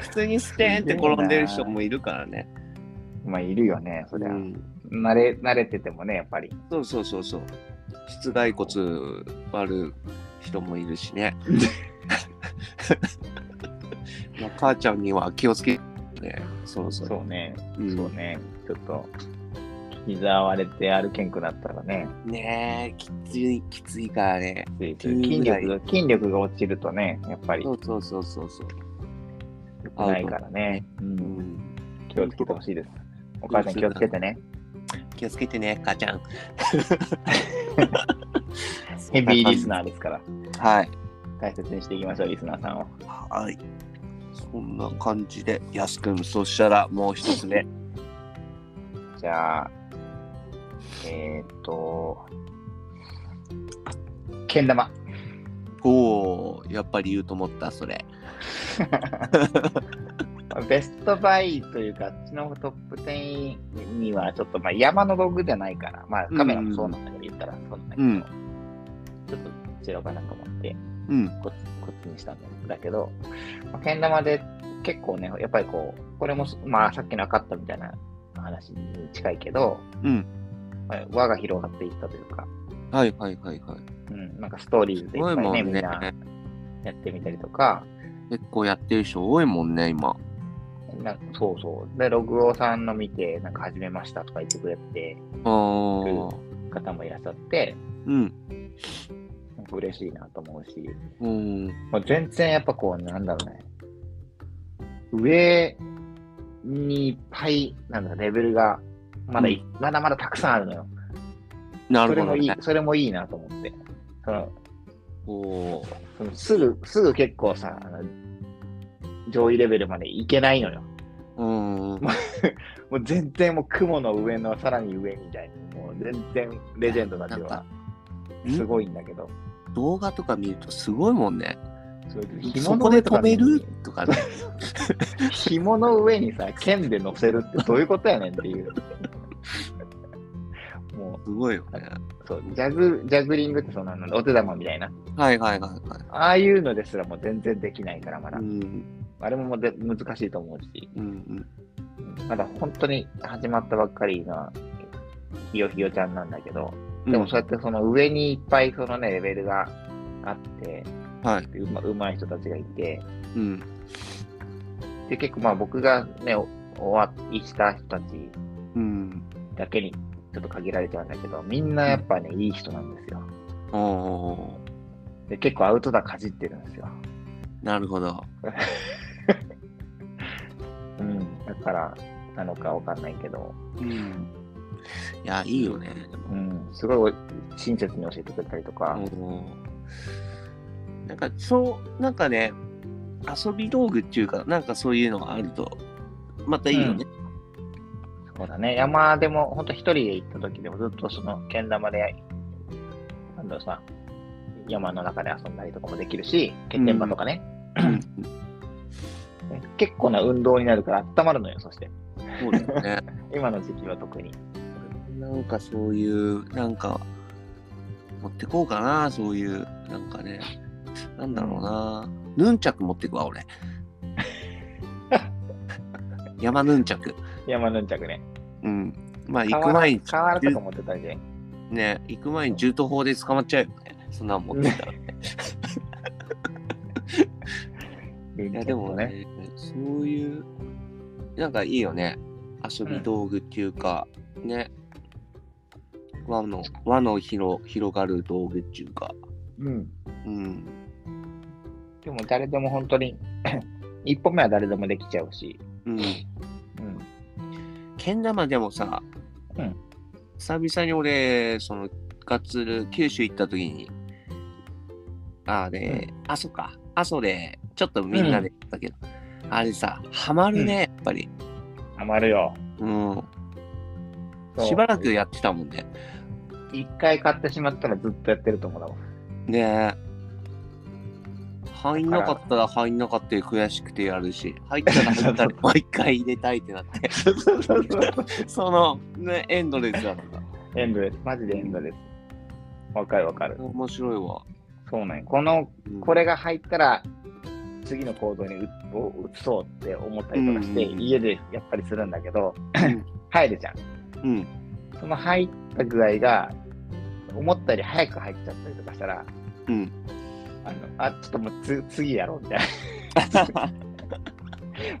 Speaker 3: 普通にステーンって転んでる人もいるから ね。
Speaker 2: まあ、いるよね、そりゃ
Speaker 3: う。ん
Speaker 2: 慣れ、慣れててもね、やっぱり。
Speaker 3: そうそうそうそう。室外骨割る人もいる しね。まあ、母ちゃんには気をつけてね。そうそう。
Speaker 2: そうね。
Speaker 3: うん
Speaker 2: そうね。ちょっと、膝割れて歩けんくなったらね、
Speaker 3: ねえ、きつい、きついからね。
Speaker 2: ついつ
Speaker 3: う
Speaker 2: い
Speaker 3: ん
Speaker 2: 筋力が、筋力が落ちるとね、やっぱり
Speaker 3: そうそうそうそうそう。
Speaker 2: 良くないからね。う。
Speaker 3: うんん。
Speaker 2: 気をつけてほしいです。お母さん気をつけてね。
Speaker 3: 気をつけてね、母ちゃん。
Speaker 2: ヘビーリスナーですから。
Speaker 3: はい。
Speaker 2: 大切にしていきましょう、リスナーさんを。
Speaker 3: はい。そんな感じで、やすくん、そしたらもう一つ目。
Speaker 2: じゃあ、えーっと、けん玉。
Speaker 3: おー、やっぱり言うと思った、それ。
Speaker 2: ベストバイというか、あっちのトップ10にはちょっと、まあ、山の道具じゃないから、まあ、カメラもそうなんだけど、言ったらそうなんだけど、
Speaker 3: うん
Speaker 2: ちょっとこちらかなんか持って、
Speaker 3: うん。
Speaker 2: ここっちにしたんだけど、まあ、けん玉で結構ね、やっぱりこう、これもそ、まあ、さっきのかったみたいな話に近いけど、
Speaker 3: うん。
Speaker 2: まあ輪が広がっていったというか、
Speaker 3: はいはいはいはい。
Speaker 2: うん、なんかストーリーズ
Speaker 3: す
Speaker 2: でい
Speaker 3: ご
Speaker 2: っ
Speaker 3: い
Speaker 2: ぱい
Speaker 3: も
Speaker 2: ね、
Speaker 3: ん
Speaker 2: みん
Speaker 3: ね。
Speaker 2: なやってみたりとか、
Speaker 3: 結構やってる人多いもんね、今。
Speaker 2: なんかそうそう。で、ログオさんの見て、なんか始めましたとか言ってくれて
Speaker 3: あー。
Speaker 2: 方もいらっしゃって、
Speaker 3: うん。
Speaker 2: なんか嬉しいなと思うし、
Speaker 3: うん。
Speaker 2: まあ、全然やっぱこう、なんだろうね、上にいっぱい、なんだ、レベルが、まだい、まだまだたくさんあるのよ。
Speaker 3: な
Speaker 2: そ
Speaker 3: る
Speaker 2: れ
Speaker 3: ほ
Speaker 2: も
Speaker 3: ど
Speaker 2: いい
Speaker 3: ね。、
Speaker 2: それもいいなと思って。その
Speaker 3: おー。
Speaker 2: そのすぐ、すぐ結構さ、あの上位レベルまでいけないのよ。
Speaker 3: うん。
Speaker 2: もう全然もう雲の上のさらに上みたいに、もう全然レジェンドたち
Speaker 3: なんか
Speaker 2: はすごいんだけど、
Speaker 3: 動画とか見るとすごいもんね。
Speaker 2: そういう
Speaker 3: そ
Speaker 2: 紐の
Speaker 3: こで
Speaker 2: 上と
Speaker 3: 止
Speaker 2: かに
Speaker 3: める とかね。
Speaker 2: 紐の上にさ、剣で乗せるってどういうことやねんっていう。 も
Speaker 3: すごいよね。
Speaker 2: う、そう、ジャグ、ジャグリングってその、お手玉みたいな。
Speaker 3: はいはいはいは
Speaker 2: ああいうのですらもう全然できないから、まだ。
Speaker 3: い。うん。
Speaker 2: あれももうで難しいと思うし、
Speaker 3: うん。
Speaker 2: まだ本当に始まったばっかりのひよひよちゃんなんだけど、
Speaker 3: うん。
Speaker 2: でもそうやってその上にいっぱいそのね、レベルがあって、
Speaker 3: はい。
Speaker 2: でうまうまい人たちがいて、
Speaker 3: うん。
Speaker 2: で、結構まあ僕がね、お終わりした人たち
Speaker 3: うん。
Speaker 2: だけにちょっと限られちゃうんだけど、みんなやっぱね、いい人なんですよ。
Speaker 3: おお
Speaker 2: で、結構アウトドアかじってるんですよ。
Speaker 3: ー。なるほど。
Speaker 2: うん。だから、なのかわかんないけど、
Speaker 3: うん。いや、いいよね。で
Speaker 2: う
Speaker 3: も
Speaker 2: ん。すごい親切に教えてくれたりとか、
Speaker 3: うんなんか、そう、なんかね、遊び道具っていうか、なんかそういうのがあると、またいいよね。
Speaker 2: そうだね。山でも、ほんと一人で行った時でもずっとその、けん玉で、なんだろうさ、山の中で遊んだりとかもできるし、けん玉とかね、
Speaker 3: うん、
Speaker 2: 結構な運動になるから温まるのよ、そして。
Speaker 3: そうだよね。
Speaker 2: 今の時期は特に。
Speaker 3: なんかそういう、なんか、持ってこうかな、そういう、なんかね、なんだろうな。ヌンチャク持ってくわ、 俺。山ヌンチャク。
Speaker 2: 山ヌンチャクね。
Speaker 3: うん。まあ、行く
Speaker 2: 河
Speaker 3: 前
Speaker 2: 原
Speaker 3: に、
Speaker 2: 河原とか持ってたりで。
Speaker 3: ね、行く前に銃刀法で捕まっちゃうよね。そんなん持ってたら。い
Speaker 2: い
Speaker 3: や、でも。ね、そういう、なんかいいよね。遊び道具っていうか、ね。和の、和の広広がる道具っていうか。
Speaker 2: うん。
Speaker 3: うん。
Speaker 2: でも誰でも本当に、 一歩目は誰でもできちゃうし。
Speaker 3: うん。
Speaker 2: うん。
Speaker 3: けん玉でもさ、
Speaker 2: うん
Speaker 3: 久々に俺、その、ガッツル、九州行った時に、あれ、阿蘇か、阿蘇で、ちょっとみんなで行ったけど、あれさ、ハマるね、やっぱり。
Speaker 2: ハマるよ。
Speaker 3: うん。
Speaker 2: そう
Speaker 3: しばらくやってたもんね。
Speaker 2: 一回買ってしまったらずっとやってると思うだも ん。
Speaker 3: ねえ。入んなかったら入んなかったで悔しくてやるし、入った ら入ったらもう一回入れたいってなって、
Speaker 2: そうそうそうそう。
Speaker 3: その、ね、エンドレスだった。
Speaker 2: エンドレス。マジでエンドレス。わかるわかる。
Speaker 3: 面白いわ。
Speaker 2: そうなんよこの、
Speaker 3: うん
Speaker 2: これが入ったら、次の行動にうを移そうって思ったりとかして、
Speaker 3: うん
Speaker 2: 家でやっぱりするんだけど
Speaker 3: ん、
Speaker 2: 入るじゃん。
Speaker 3: うん。
Speaker 2: その入った具合が、思ったより早く入っちゃったりとかしたら、
Speaker 3: うん。
Speaker 2: あのあ、ちょっともうつ次やろうみたいな。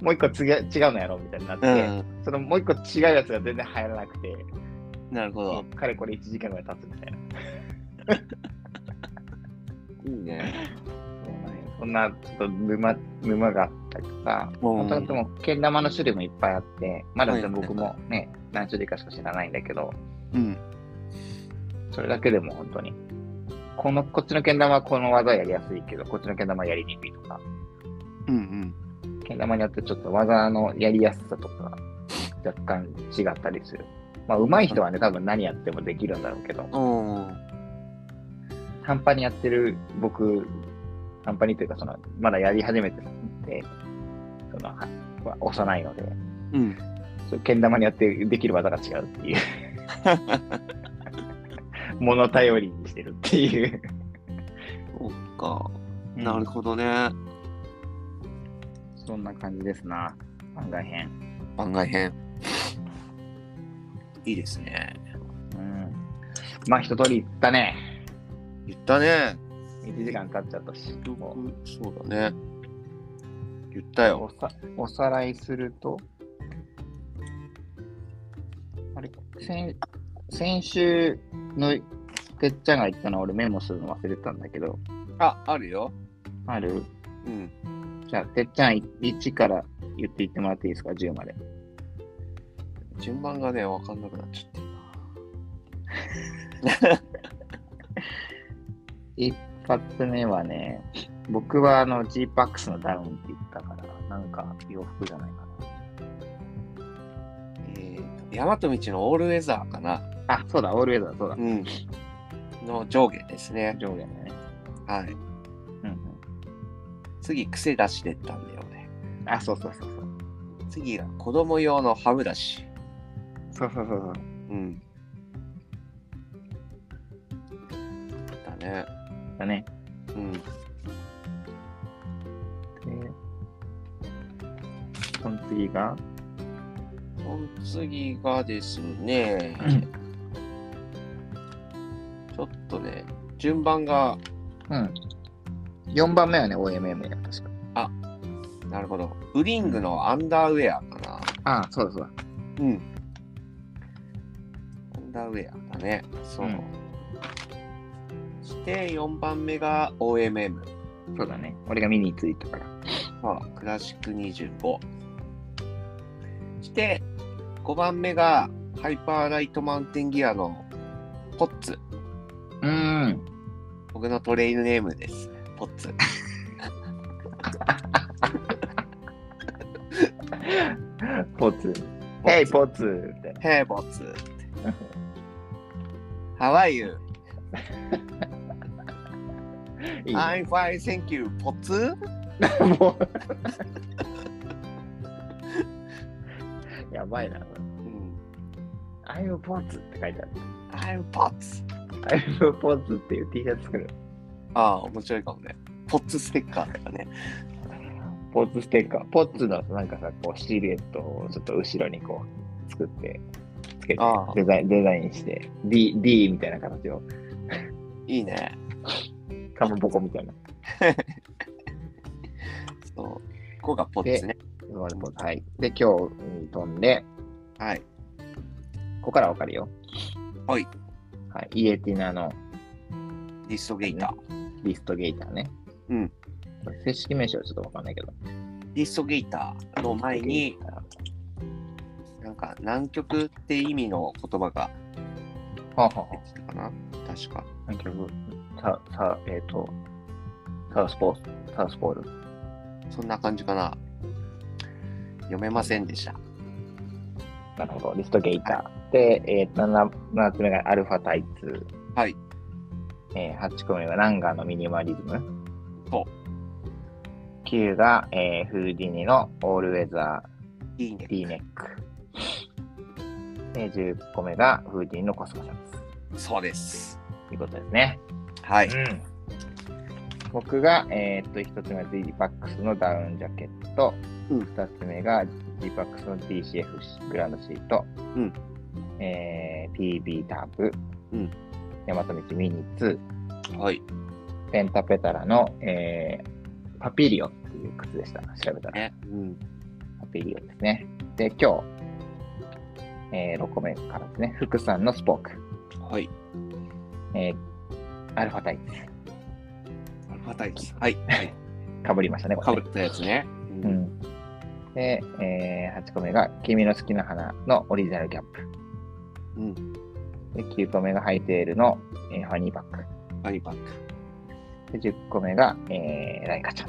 Speaker 2: もう一個次違うのやろうみたいになって、
Speaker 3: うん。
Speaker 2: そのもう一個違うやつが全然入らなくて、
Speaker 3: なるほど。
Speaker 2: かれこれ1時間ぐらい経つみたいな。
Speaker 3: いいね。
Speaker 2: そうなんよそんな、ちょっと沼、沼があったりとか、
Speaker 3: も
Speaker 2: 本当にでも、けん玉の種類もいっぱいあって、まだでも
Speaker 3: はい
Speaker 2: 僕もね、何種類かしか知らないんだけど、
Speaker 3: うん。
Speaker 2: それだけでも本当に、この、こっちのけん玉はこの技やりやすいけど、こっちのけん玉はやりにくいとか、
Speaker 3: うんうん。
Speaker 2: けん玉によってちょっと技のやりやすさとか、若干違ったりする。まあ、上手い人はね、多分何やってもできるんだろうけど、
Speaker 3: おー
Speaker 2: 半端にやってる僕、半端にというか、その、まだやり始めてて、その、はは幼いので、
Speaker 3: うん。
Speaker 2: そうけん玉にやってできる技が違う っていう。物頼りにしてるっていう。
Speaker 3: そっか。なるほどね。
Speaker 2: そんな感じですな。番外編。
Speaker 3: 番外編。いいですね。
Speaker 2: うん。まあ、一通り行ったね。
Speaker 3: 言ったね。
Speaker 2: 1時間経っちゃったし。もう
Speaker 3: そうだね。言ったよ。
Speaker 2: おさおさらいすると、あれ、先先週のてっちゃんが言ったの俺メモするの忘れてたんだけど、
Speaker 3: あ、あるよ。
Speaker 2: ある
Speaker 3: うん。
Speaker 2: じゃあ、てっちゃん1から言っていってもらっていいですか、10まで。
Speaker 3: 順番がね、わかんなくなっちゃっ
Speaker 2: 一発目はね、僕はあの G-PAX のダウンって言ったから、なんか洋服じゃないか
Speaker 3: て。えーと、大和道のオールウェザーかな。
Speaker 2: な。あ、そうだ、オールウェザー、そうだ。
Speaker 3: うん。の上下ですね。
Speaker 2: 上下だね。
Speaker 3: はい。
Speaker 2: うん
Speaker 3: 次、癖出しでったんだよね。
Speaker 2: うん。あ、そうそうそうそう。
Speaker 3: 次が子供用の歯ブラシ。
Speaker 2: そうそうそうそう。
Speaker 3: うん。だね。
Speaker 2: だね。
Speaker 3: うん。
Speaker 2: で、その次が、
Speaker 3: その次がですね、
Speaker 2: うん
Speaker 3: ちょっとね、順番が
Speaker 2: うん。4番目はね、OMM や、確か。
Speaker 3: なるほど。ウリングのアンダーウェアかな。
Speaker 2: ああ、そうだそうだ。
Speaker 3: うん。アンダーウェアだね。そう。
Speaker 2: うん
Speaker 3: そして4番目が OMM。
Speaker 2: そうだね。俺が見についたから。
Speaker 3: まあ、クラシック25。そして5番目がハイパーライトマウンテンギアのポッツ。
Speaker 2: うーん。
Speaker 3: 僕のトレイルネームです。ポッツ。
Speaker 2: ポツ。ヘイ、ポツみたいな。
Speaker 3: ヘーポッツ。How are you?
Speaker 2: いい ね
Speaker 3: I'm fine, thank you. ポッツ
Speaker 2: もう。やばいな。
Speaker 3: うん。
Speaker 2: I'm ポツって書いてある。
Speaker 3: I'm ポッツ。
Speaker 2: I'm ポツっていう T シャツ作る。
Speaker 3: ああ、面白いかもね。ポッツステッカーとかね。
Speaker 2: ポツステッカー。ポツのなんかさ、こうシルエットをちょっと後ろにこう作って、つけて
Speaker 3: ああ
Speaker 2: デザイン、デザインして、D、D みたいな形を、
Speaker 3: いいね。
Speaker 2: かまぼこみたいな。
Speaker 3: そう。ここがポッツね。
Speaker 2: はい。で、今日に飛んで、
Speaker 3: はい。
Speaker 2: ここからわかるよ。
Speaker 3: はい。
Speaker 2: はい。イエティナの
Speaker 3: ディストゲイター。
Speaker 2: リストゲーターね。
Speaker 3: うん。
Speaker 2: 正式名称はちょっとわかんないけど。
Speaker 3: ディストゲイターの前に、なんか南極って意味の言葉が
Speaker 2: はあ、は
Speaker 3: 出てたかな確か。
Speaker 2: あ、何曲さ、さ、えっ、と、サウスポール、サウスポール。
Speaker 3: そんな感じかな。読めませんでした。
Speaker 2: なるほど、リストゲイター。で、えー、7, 7つ目がアルファタイツ。
Speaker 3: はい。
Speaker 2: えー、8個目がランガーのミニマリズム。。
Speaker 3: そう
Speaker 2: 9が、えー、フーディニのオールウェザ
Speaker 3: いいね
Speaker 2: ー。D ネック。で、10個目がフーディニのコスモシャツ。
Speaker 3: そうです。
Speaker 2: ということですね。
Speaker 3: はい。
Speaker 1: ん。
Speaker 2: 僕が、えーっと、1つ目が g パックスのダウンジャケット、
Speaker 3: う
Speaker 2: 二
Speaker 3: ん
Speaker 2: 2つ目が g パックスの DCF グランドシート、
Speaker 3: うん
Speaker 2: えー PB タープ、
Speaker 3: うん
Speaker 2: 大和道ミニツ、
Speaker 3: はい。
Speaker 2: ペンタペタラの、えーパピリオっていう靴でした。調べたら。
Speaker 3: ね。うん。
Speaker 2: パピリオですね。で、今日、え6個目からですね、福さんのスポーク、
Speaker 3: はい。
Speaker 2: えーアルファタイツ、
Speaker 3: アルファタイプス。はい。はい。
Speaker 2: かぶりましたね、こ
Speaker 3: か
Speaker 2: れね
Speaker 3: ぶったやつね。
Speaker 2: う
Speaker 3: う。
Speaker 2: んんで、えー8個目が「君の好きな花」のオリジナルキャップ。
Speaker 3: うん。
Speaker 2: で9個目がハイテールの、えーファニーバッ
Speaker 3: アリバック。
Speaker 2: グ。で10個目が、えーライカちゃん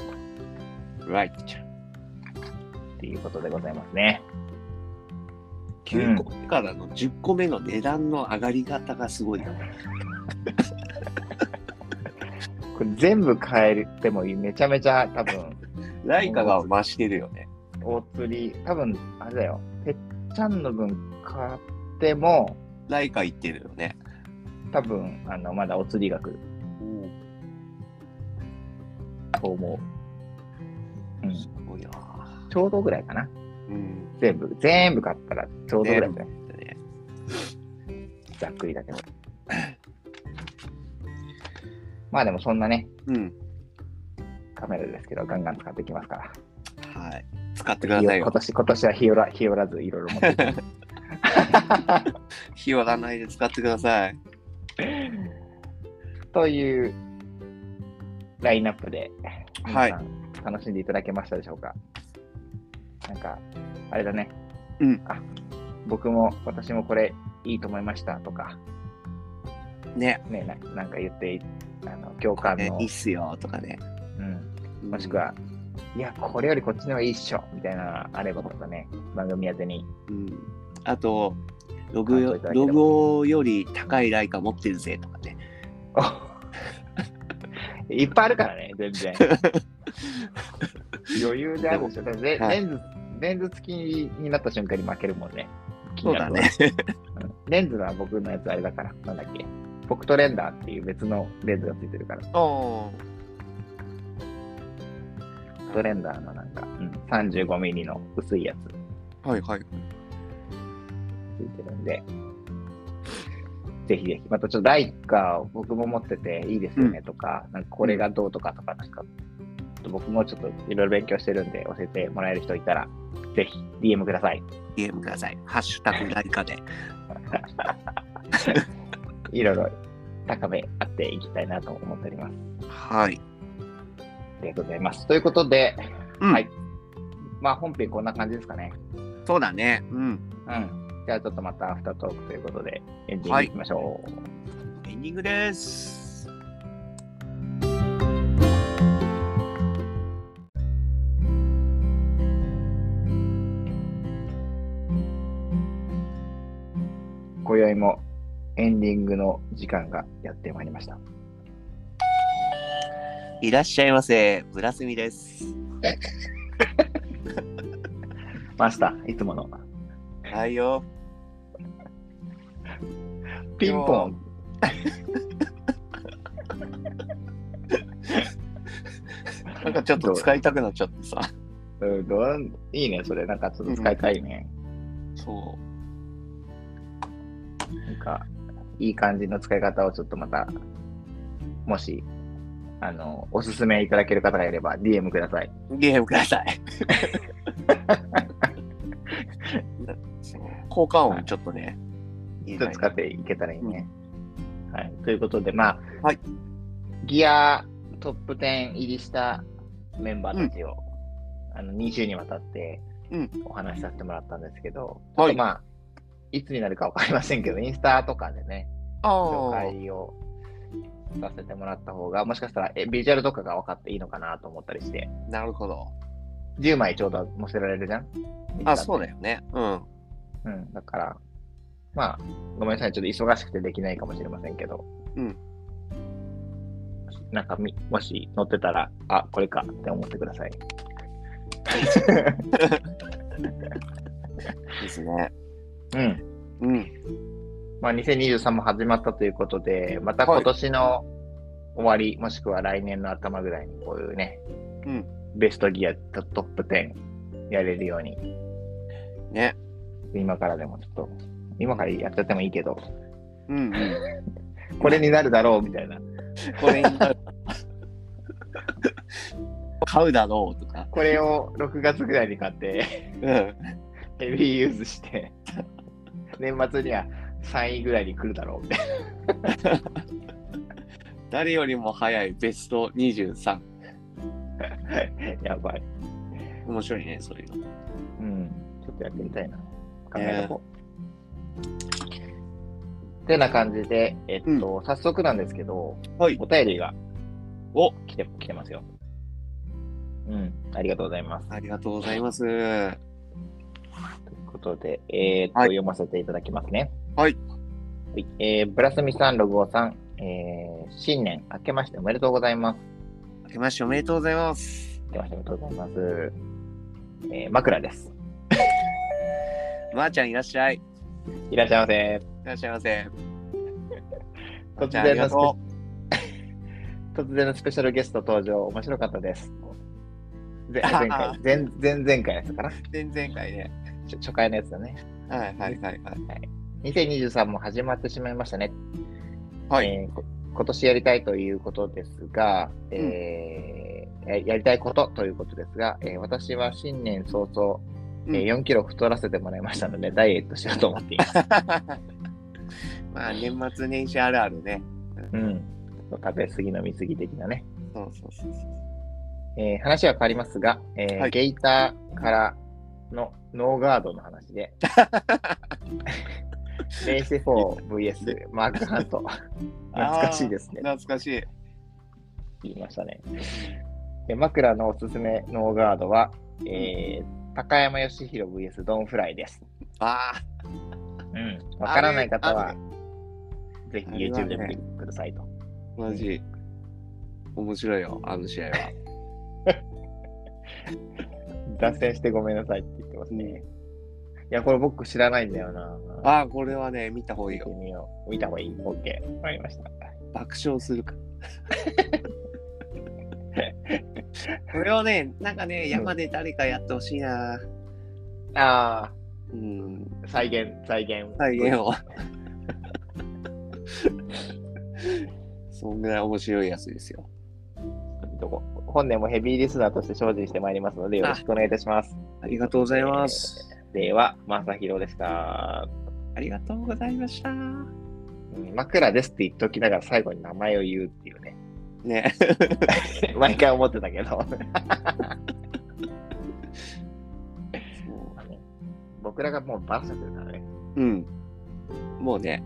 Speaker 2: と
Speaker 3: ライトちゃん。
Speaker 2: いうことでございますね。
Speaker 3: 9個目からの10個目の値段の上がり方がすごいよね。
Speaker 2: これ全部変えてもめちゃめちゃ多分
Speaker 3: ライカが増してるよね。
Speaker 2: 大釣り、多分あれだよ、てっちゃんの分買っても
Speaker 3: ライカ行ってるよね。
Speaker 2: 多分あのまだお釣りが来る
Speaker 3: うん。
Speaker 2: と思う。うん、
Speaker 3: すごいな。
Speaker 2: ちょうどぐらいかな。
Speaker 3: うん。
Speaker 2: 全部、全部買ったらちょうどぐらいだね。
Speaker 3: ね
Speaker 2: ざっくりだけど。 まあでもそんなね、
Speaker 3: うん。
Speaker 2: カメラですけど、ガンガン使っていきますから。
Speaker 3: はい。使ってください
Speaker 2: 今
Speaker 3: よ。
Speaker 2: 年、今年は日和ら、日和らずいろいろ持っていきます
Speaker 3: 日和らないで使ってください。
Speaker 2: というラインナップで、
Speaker 3: はい
Speaker 2: 皆さん楽しんでいただけましたでしょうかなんか、あれだね。
Speaker 3: うん
Speaker 2: あ、僕も、私もこれいいと思いましたとか、
Speaker 3: ね。
Speaker 2: ね、ななんか言って、あの共感
Speaker 3: ね
Speaker 2: の
Speaker 3: いい、っすよとかね。
Speaker 2: うん、もしくは、いや、これよりこっちの方がいいっしょ、みたいなのがあればとかね、番組宛てに。
Speaker 3: うん、あとロ
Speaker 2: 感想
Speaker 3: グ
Speaker 2: いただけれ
Speaker 3: ロ
Speaker 2: ば
Speaker 3: グより高いライカ持ってるぜとかね
Speaker 2: いっぱいあるからね、全 然。余裕であるでしょ。だってレ
Speaker 3: はい
Speaker 2: レンズ、レンズ付きになった瞬間に負けるもんね。
Speaker 3: そうだね
Speaker 2: うん。レンズは僕のやつあれだから、なんだっけ。フォクトレンダーっていう別のレンズが付いてるから、フ
Speaker 3: お
Speaker 2: ォクトレンダーのなんか、うん、35ミリの薄いやつ
Speaker 3: はいはい
Speaker 2: ついてるんで、ぜひぜひ。またちょっとライカを僕も持ってていいですよねとか、なんかこれがどうとかとか、なんか、僕もちょっといろいろ勉強してるんで教えてもらえる人いたら、ぜひ DM ください。
Speaker 3: DM ください。ハッシュタグライカで。
Speaker 2: いろいろ高め合っていきたいなと思っております。
Speaker 3: はい。
Speaker 2: ありがとうございます。ということで、
Speaker 3: うん
Speaker 2: はい。まあ本編こんな感じですかね。
Speaker 3: そうだね。うん。
Speaker 2: うん。じゃあちょっとまたアフタートークということで、エンディングいきましょう。
Speaker 3: エンディングです。
Speaker 2: 今宵もエンディングの時間がやってまいりました。
Speaker 3: いらっしゃいませ。ブラスミです。
Speaker 2: マスター、いつもの。
Speaker 3: はいよ。
Speaker 2: ピンポン。
Speaker 3: なんかちょっと使いたくなっちゃってさ。
Speaker 2: うん、どういいね、それ。なんかちょっと使いたいね。
Speaker 3: そ
Speaker 2: なんか、いい感じの使い方をちょっとまた、もし、あの、おすすめいただける方がいれば DM ください。
Speaker 3: う。ゲームください。効果音ちょっとね。いい
Speaker 2: ちょっ
Speaker 3: ね
Speaker 2: と使っていけたらいいね。はい。ということで、まあ、
Speaker 3: はい
Speaker 2: ギアトップ10入りしたメンバーたちを、あの、2週にわたって
Speaker 3: うん
Speaker 2: お話しさせてもらったんですけど、ちょ
Speaker 3: はい
Speaker 2: っとまあ、いつになるかわかりませんけど、インスタとかでね、紹
Speaker 3: ああ。
Speaker 2: 介をさせてもらった方が、もしかしたらえビジュアルとかが分かっていいのかなと思ったりして、
Speaker 3: なるほど。
Speaker 2: 10枚ちょうど載せられるじゃん
Speaker 3: あ、そう
Speaker 2: ね。
Speaker 3: だよね。うん。
Speaker 2: うん、だから、まあ、ごめんなさい、ちょっと忙しくてできないかもしれませんけど、
Speaker 3: うん。
Speaker 2: なんかみ、もし乗ってたら、あ、これかって思ってください。
Speaker 3: ですね。
Speaker 2: うん。
Speaker 3: うん。
Speaker 2: まあ、2023も始まったということで、また
Speaker 3: はい
Speaker 2: 今年の終わり、もしくは来年の頭ぐらいに、こういうね、
Speaker 3: うん。
Speaker 2: ベストギアトトップ10やれるように、
Speaker 3: ね。
Speaker 2: 今からでもちょっと、今からやっちゃってもいいけど、
Speaker 3: うん、うん。
Speaker 2: これになるだろうみたいな、
Speaker 3: これになる。買うだろうとか。
Speaker 2: これを6月ぐらいに買って、
Speaker 3: うん。
Speaker 2: ヘビーユーズして、 年末には3位ぐらいに来るだろうみたいな。
Speaker 3: 誰よりも早いベスト23。
Speaker 2: やばい。
Speaker 3: 面白いね、そういうの。
Speaker 2: うん。ちょっとやってみたいな。考えとこう。てな感じで、えっと、
Speaker 3: うん
Speaker 2: 早速なんですけど、
Speaker 3: はい
Speaker 2: お。便りが
Speaker 3: お
Speaker 2: 来て来てますよ。うん。ありがとうございます。
Speaker 3: ありがとうございます。は
Speaker 2: ということで、えーっと、
Speaker 3: はい
Speaker 2: 読ませていただきますね。
Speaker 3: はい。
Speaker 2: はい、えー、ブラスミさん、ログオさん、えー、新年明けましておめでとうございます。
Speaker 3: 明けましておめでとうございます。
Speaker 2: 明けましておめでとうございます。えー、枕です。
Speaker 3: まー、ちゃんいらっしゃい。
Speaker 2: いらっしゃいませ。
Speaker 3: いらっしゃいませ。
Speaker 2: 突
Speaker 3: じゃあ、あり
Speaker 2: 然の
Speaker 3: が
Speaker 2: スペ
Speaker 3: と
Speaker 2: 突然のスペシャルゲスト登場、面白かったです。ぜ前 回、前前々回のやつかな
Speaker 3: う。前々回ね。
Speaker 2: 初初回のやつだね。
Speaker 3: はいはいはいはい。
Speaker 2: 2023も始まってしまいましたね。
Speaker 3: はい
Speaker 2: えーこ今年やりたいということですが、えーややりたいことということですが、えー私は新年早々、えー
Speaker 3: うん
Speaker 2: 4キロ太らせてもらいましたので、ダイエットしようと思ってい ます。
Speaker 3: まあ、年末年始あるあるね。
Speaker 2: うん、食べ過ぎ飲み過ぎ的なね。
Speaker 3: そうそうそうそう。
Speaker 2: えー話は変わりますが、えー
Speaker 3: はい
Speaker 2: ゲイターからのノーガードの話 で、レイシフォー VS マークハン ト、懐かしいですね、
Speaker 3: 懐かしい。
Speaker 2: 言いましたね。で枕のおすすめノーガードは、えー高山義弘 VS ドンフライです。
Speaker 3: あ
Speaker 2: うんわからない方
Speaker 3: あ
Speaker 2: は
Speaker 3: れ、
Speaker 2: ぜひ
Speaker 3: あれはね
Speaker 2: YouTube で見てくださいと。
Speaker 3: あ、マジ。面白いよ、あの試合は。
Speaker 2: 脱線してごめんなさいって言ってますね。いや、これ僕知らないんだよな。
Speaker 3: ああ、これはね、見た方がいい
Speaker 2: 見て
Speaker 3: よ。
Speaker 2: みよう。見た方がいい ?OK。わかりました。
Speaker 3: 爆笑 するからこれをね、なんかね、山で誰かやってほしいな。
Speaker 2: ああ、
Speaker 3: うん、
Speaker 2: 再現、再現。
Speaker 3: 再現を。そんぐらい面白いやつですよ。
Speaker 2: とこ本年もヘビーリスナーとして精進してまいりますので、よろしくお願いいたします。
Speaker 3: ありがとうございます。
Speaker 2: では、まさひろでした。
Speaker 3: ありがとうございました。
Speaker 2: うん枕ですって言っときながら最後に名前を言うっていう ね。
Speaker 3: ね。
Speaker 2: 毎回思ってたけど。 僕らがもうバラしちゃってるからね。
Speaker 3: うん。もうね、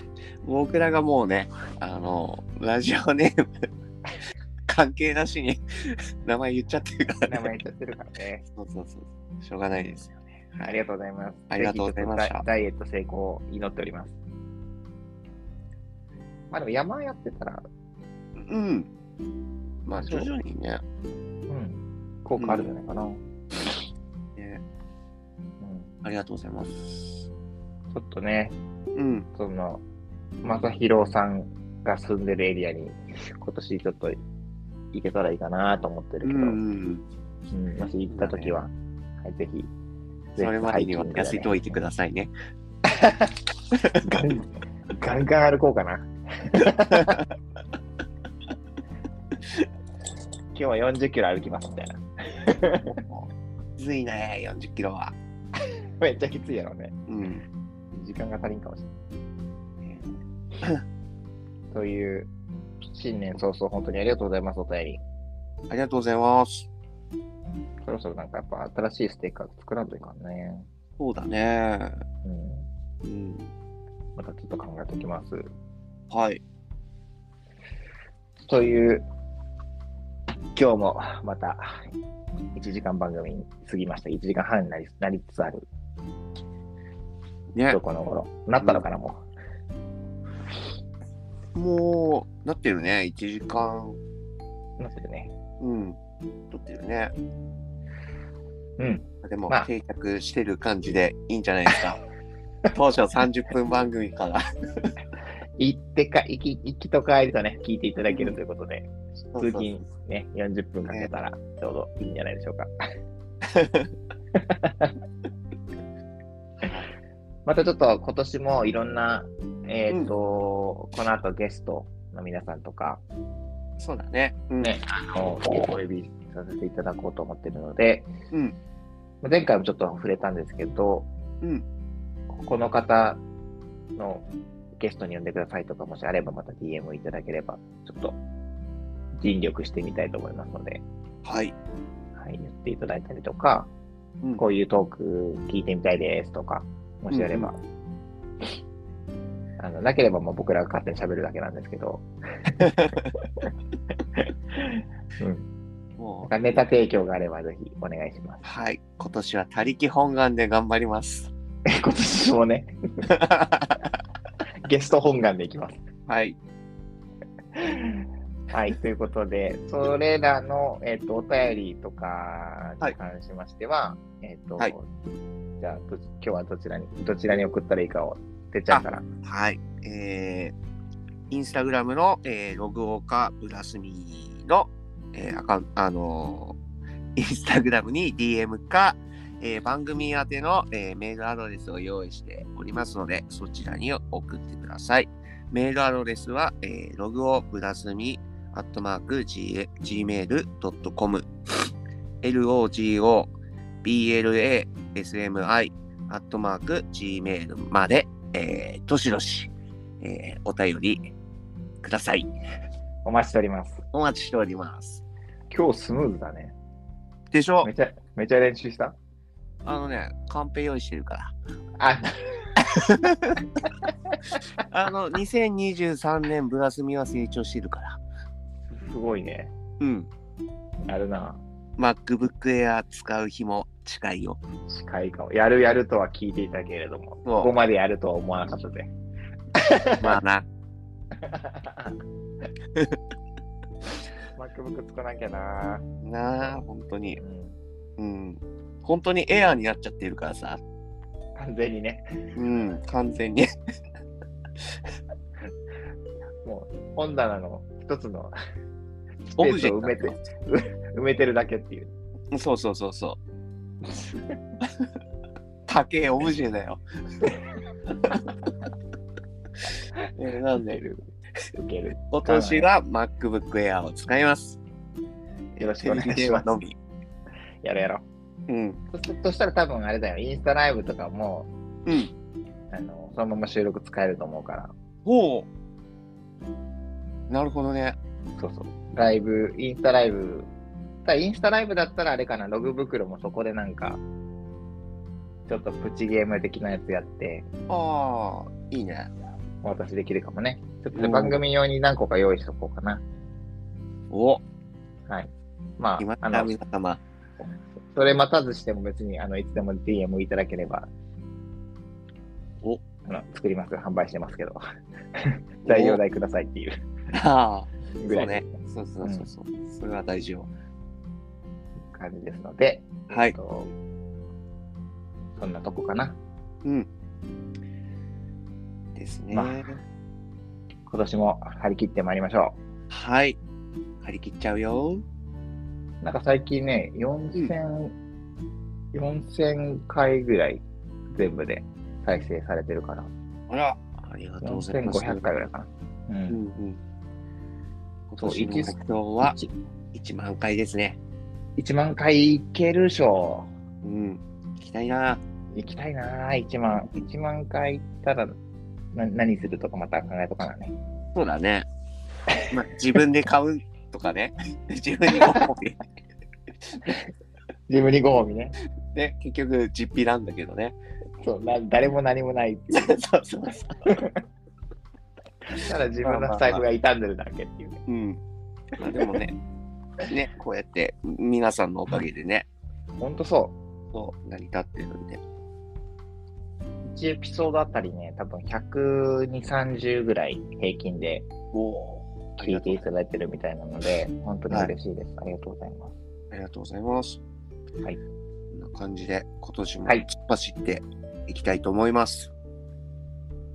Speaker 3: 僕らがもうね、あの、ラジオネーム、関係なしに名前言っちゃってるからね。
Speaker 2: 名前言っちゃってるからね。
Speaker 3: そうそうそう。しょうがないですよね。
Speaker 2: ありがとうございます。
Speaker 3: ありがとうございました
Speaker 2: ぜひちょっダイエット成功を祈っております。まあでも山やってたら
Speaker 3: うん。まあ、徐々にね。
Speaker 2: うん、効果あるんじゃないかな。うん
Speaker 3: ねありがとうございます。
Speaker 2: ちょっとね、
Speaker 3: うん。
Speaker 2: その、まさひろさんが住んでるエリアに、今年ちょっと行けたらいいかなと思って
Speaker 3: う
Speaker 2: るけど、
Speaker 3: ん。
Speaker 2: うんもし行ったときは、はい、ぜひ、
Speaker 3: それまでには痩せておいてくだ
Speaker 2: さ
Speaker 3: さいね。
Speaker 2: い。ガンガンガン歩こうかな。 今日は40キロ歩きますみたいな。
Speaker 3: きついね、40キロは。
Speaker 2: めっちゃきついやろうね。
Speaker 3: うん。
Speaker 2: 時間が足りんかもしれない。という、新年早々本当にありがとうございます、お便り。
Speaker 3: ありがとうございます。
Speaker 2: そろそろなんかやっぱ新しいステッカー作らんといかんね。
Speaker 3: そうだね。
Speaker 2: うん。
Speaker 3: うん。
Speaker 2: またちょっと考えておきます。
Speaker 3: はい。
Speaker 2: という、今日もまた1時間番組に過ぎました。1時間半になりなりつつある、
Speaker 3: ね
Speaker 2: ど。この頃。なったのかな、もう。
Speaker 3: もう、なってるね。1時間。
Speaker 2: なってるね。
Speaker 3: うん。撮ってるね。
Speaker 2: うん。
Speaker 3: でも、
Speaker 2: まあ
Speaker 3: 定着してる感じでいいんじゃないです か。当初30分番組から。
Speaker 2: 行ってか、行き、行きと帰りとね、聞いていただけるということで、通勤ね、40分かけたらちょうどいいんじゃないでしょうか。またちょっと今年もいろんな、えっ、と、この後ゲストの皆さんとか、
Speaker 3: そうだね。うん
Speaker 2: ねあのお呼びさせていただこうと思ってるので、
Speaker 3: うん。
Speaker 2: 前回もちょっと触れたんですけど、
Speaker 3: うん
Speaker 2: この方のゲストに呼んでくださいとか、もしあればまた DM をいただければ、ちょっと尽力してみたいと思いますので、
Speaker 3: はい。
Speaker 2: はい、言っていただいたりとか、
Speaker 3: うん
Speaker 2: こういうトーク聞いてみたいですとか、もしあれば。あのなければもう僕らが勝手に喋るだけなんですけ ど、
Speaker 3: もう
Speaker 2: ネタ提供があればぜひお願いします。
Speaker 3: はい。今年は他力本願で頑張ります。
Speaker 2: 今年もね、ゲスト本願でいきます。
Speaker 3: はい。
Speaker 2: はい、ということで、それらの、えっとお便りとかに関しましては、えっと
Speaker 3: はい
Speaker 2: じゃあど今日はどちらに、どちらに送ったらいいかを、てっちゃんから。
Speaker 3: はい。えー、インスタグラムの、えーログオカブラスミの、えーアカウント、あのーインスタグラムに DM か、えー番組宛ての、えーメールアドレスを用意しておりますので、そちらに送ってください。メールアドレスは、えーログオブラスミアットマーク gmail.com logo blasmi アットマーク gmail までえー、どしどし、えーお便りください。
Speaker 2: お待ちしております。
Speaker 3: お待ちしております。
Speaker 2: 今日スムーズだね。
Speaker 3: でしょ
Speaker 2: めちゃ、めちゃ練習した
Speaker 3: あのね、カンペ用意してるから。
Speaker 2: あ、
Speaker 3: あの、2023年ブラスミは成長してるから。
Speaker 2: すごいね。
Speaker 3: うん。
Speaker 2: やるな。
Speaker 3: MacBook Air 使う日も近いよ。
Speaker 2: 近いかも。やるやるとは聞いていたけれども、
Speaker 3: そう
Speaker 2: ここまでやるとは思わなかったぜ。
Speaker 3: まあな。
Speaker 2: MacBook つかなきゃな。
Speaker 3: なあ、本当に
Speaker 2: う。ん
Speaker 3: うん。本当に Air になっちゃってるからさ。
Speaker 2: 完全にね、
Speaker 3: うん、完全に。
Speaker 2: もう本棚の一つのスペ
Speaker 3: オ
Speaker 2: ー
Speaker 3: ブ
Speaker 2: ス
Speaker 3: ジェ
Speaker 2: を埋め
Speaker 3: ク
Speaker 2: て
Speaker 3: トだ、
Speaker 2: 埋めてるだけっていう。
Speaker 3: よ。そうそうそ うそう。 高えオブジェだよ。選んでる。
Speaker 2: 受ける。
Speaker 3: 今年は MacBook Air を使います。
Speaker 2: よろしくお願いします
Speaker 3: テレビ電話のみ。
Speaker 2: やろうやろ
Speaker 3: うん。
Speaker 2: う。そそしたら多分あれだよ、インスタライブとかも、
Speaker 3: うん。
Speaker 2: あの、そのまま収録使えると思うから。
Speaker 3: ほう。なるほどね。
Speaker 2: そうそう。ライブ、インスタライブ。ただインスタライブだったらあれかな、ログ袋もそこでなんか、ちょっとプチゲーム的なやつやって、
Speaker 3: ああ、いいね。
Speaker 2: お渡しできるかもね。ちょっと
Speaker 3: う
Speaker 2: ね
Speaker 3: ん
Speaker 2: 番組用に何個か用意しとこうかな。
Speaker 3: お
Speaker 2: はい。ま
Speaker 3: 今
Speaker 2: あ、あ
Speaker 3: から
Speaker 2: の、
Speaker 3: 皆様。
Speaker 2: それ待たずしても別に、あの、いつでも DM いただければ、
Speaker 3: お
Speaker 2: あの、作ります、販売してますけど、材料代くださいっていう
Speaker 3: ああ、
Speaker 2: ぐ
Speaker 3: そ
Speaker 2: ら
Speaker 3: う
Speaker 2: い
Speaker 3: ね。そうそうそうそう。それは大事よ。
Speaker 2: の感じですので、
Speaker 3: は
Speaker 2: えっ
Speaker 3: い。
Speaker 2: とそんなとこかな。
Speaker 3: うん。ですね。
Speaker 2: まあ今年も張り切ってまいりましょ
Speaker 3: はい。張り切っちゃうよ。
Speaker 2: う。なんか最近ね、4000、4000回ぐらい全部で再生されてるから、
Speaker 3: あら。ありがとうございます。
Speaker 2: 4500回ぐらいかな。う
Speaker 3: うん
Speaker 2: ん。
Speaker 3: うん。今
Speaker 2: そう
Speaker 3: 年の目
Speaker 2: 一
Speaker 3: 標は1万回ですね。
Speaker 2: 1万回いけるでしょ。
Speaker 3: うん。行きたいな。
Speaker 2: 行きたいなぁ、1万。1万回行ったら、な何するとかまた考えとかなね。
Speaker 3: そうだね。 まあ、自分で買うとか ね。自分にご褒 美。
Speaker 2: 自分にご褒美ね。
Speaker 3: で、結局、実費なんだけどね。
Speaker 2: そう、な誰も何もないっていう。
Speaker 3: そうそうそう。
Speaker 2: ただ自分の財布が傷んでるだけっていうね。
Speaker 3: うん。まあ、でもね、ね、こうやって、皆さんのおかげでね、
Speaker 2: ほんとそ
Speaker 3: そう、成り立ってるんで。
Speaker 2: う。1エピソードあたりね、多分120、30ぐらい平均で
Speaker 3: おお。あ
Speaker 2: 聞
Speaker 3: りが
Speaker 2: い
Speaker 3: と
Speaker 2: て
Speaker 3: う
Speaker 2: いただいてるみたいなので、本当に嬉しいです。ありがとうございます。
Speaker 3: ありがとうございます。
Speaker 2: はい
Speaker 3: こんな感じで、今年も
Speaker 2: はい
Speaker 3: 突っ走っていきたいと思います。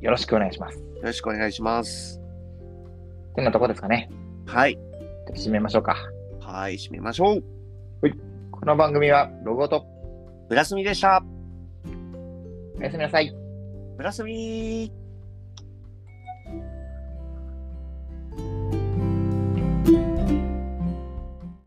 Speaker 2: よろしくお願いします。
Speaker 3: よろしくお願いします。
Speaker 2: こんなとこですかね。
Speaker 3: はい。
Speaker 2: 締めましょうか。
Speaker 3: はい、締めましょう。
Speaker 2: この番組はロゴと
Speaker 3: ブラスミでした。
Speaker 2: おやすみなさい。
Speaker 3: ブラスミー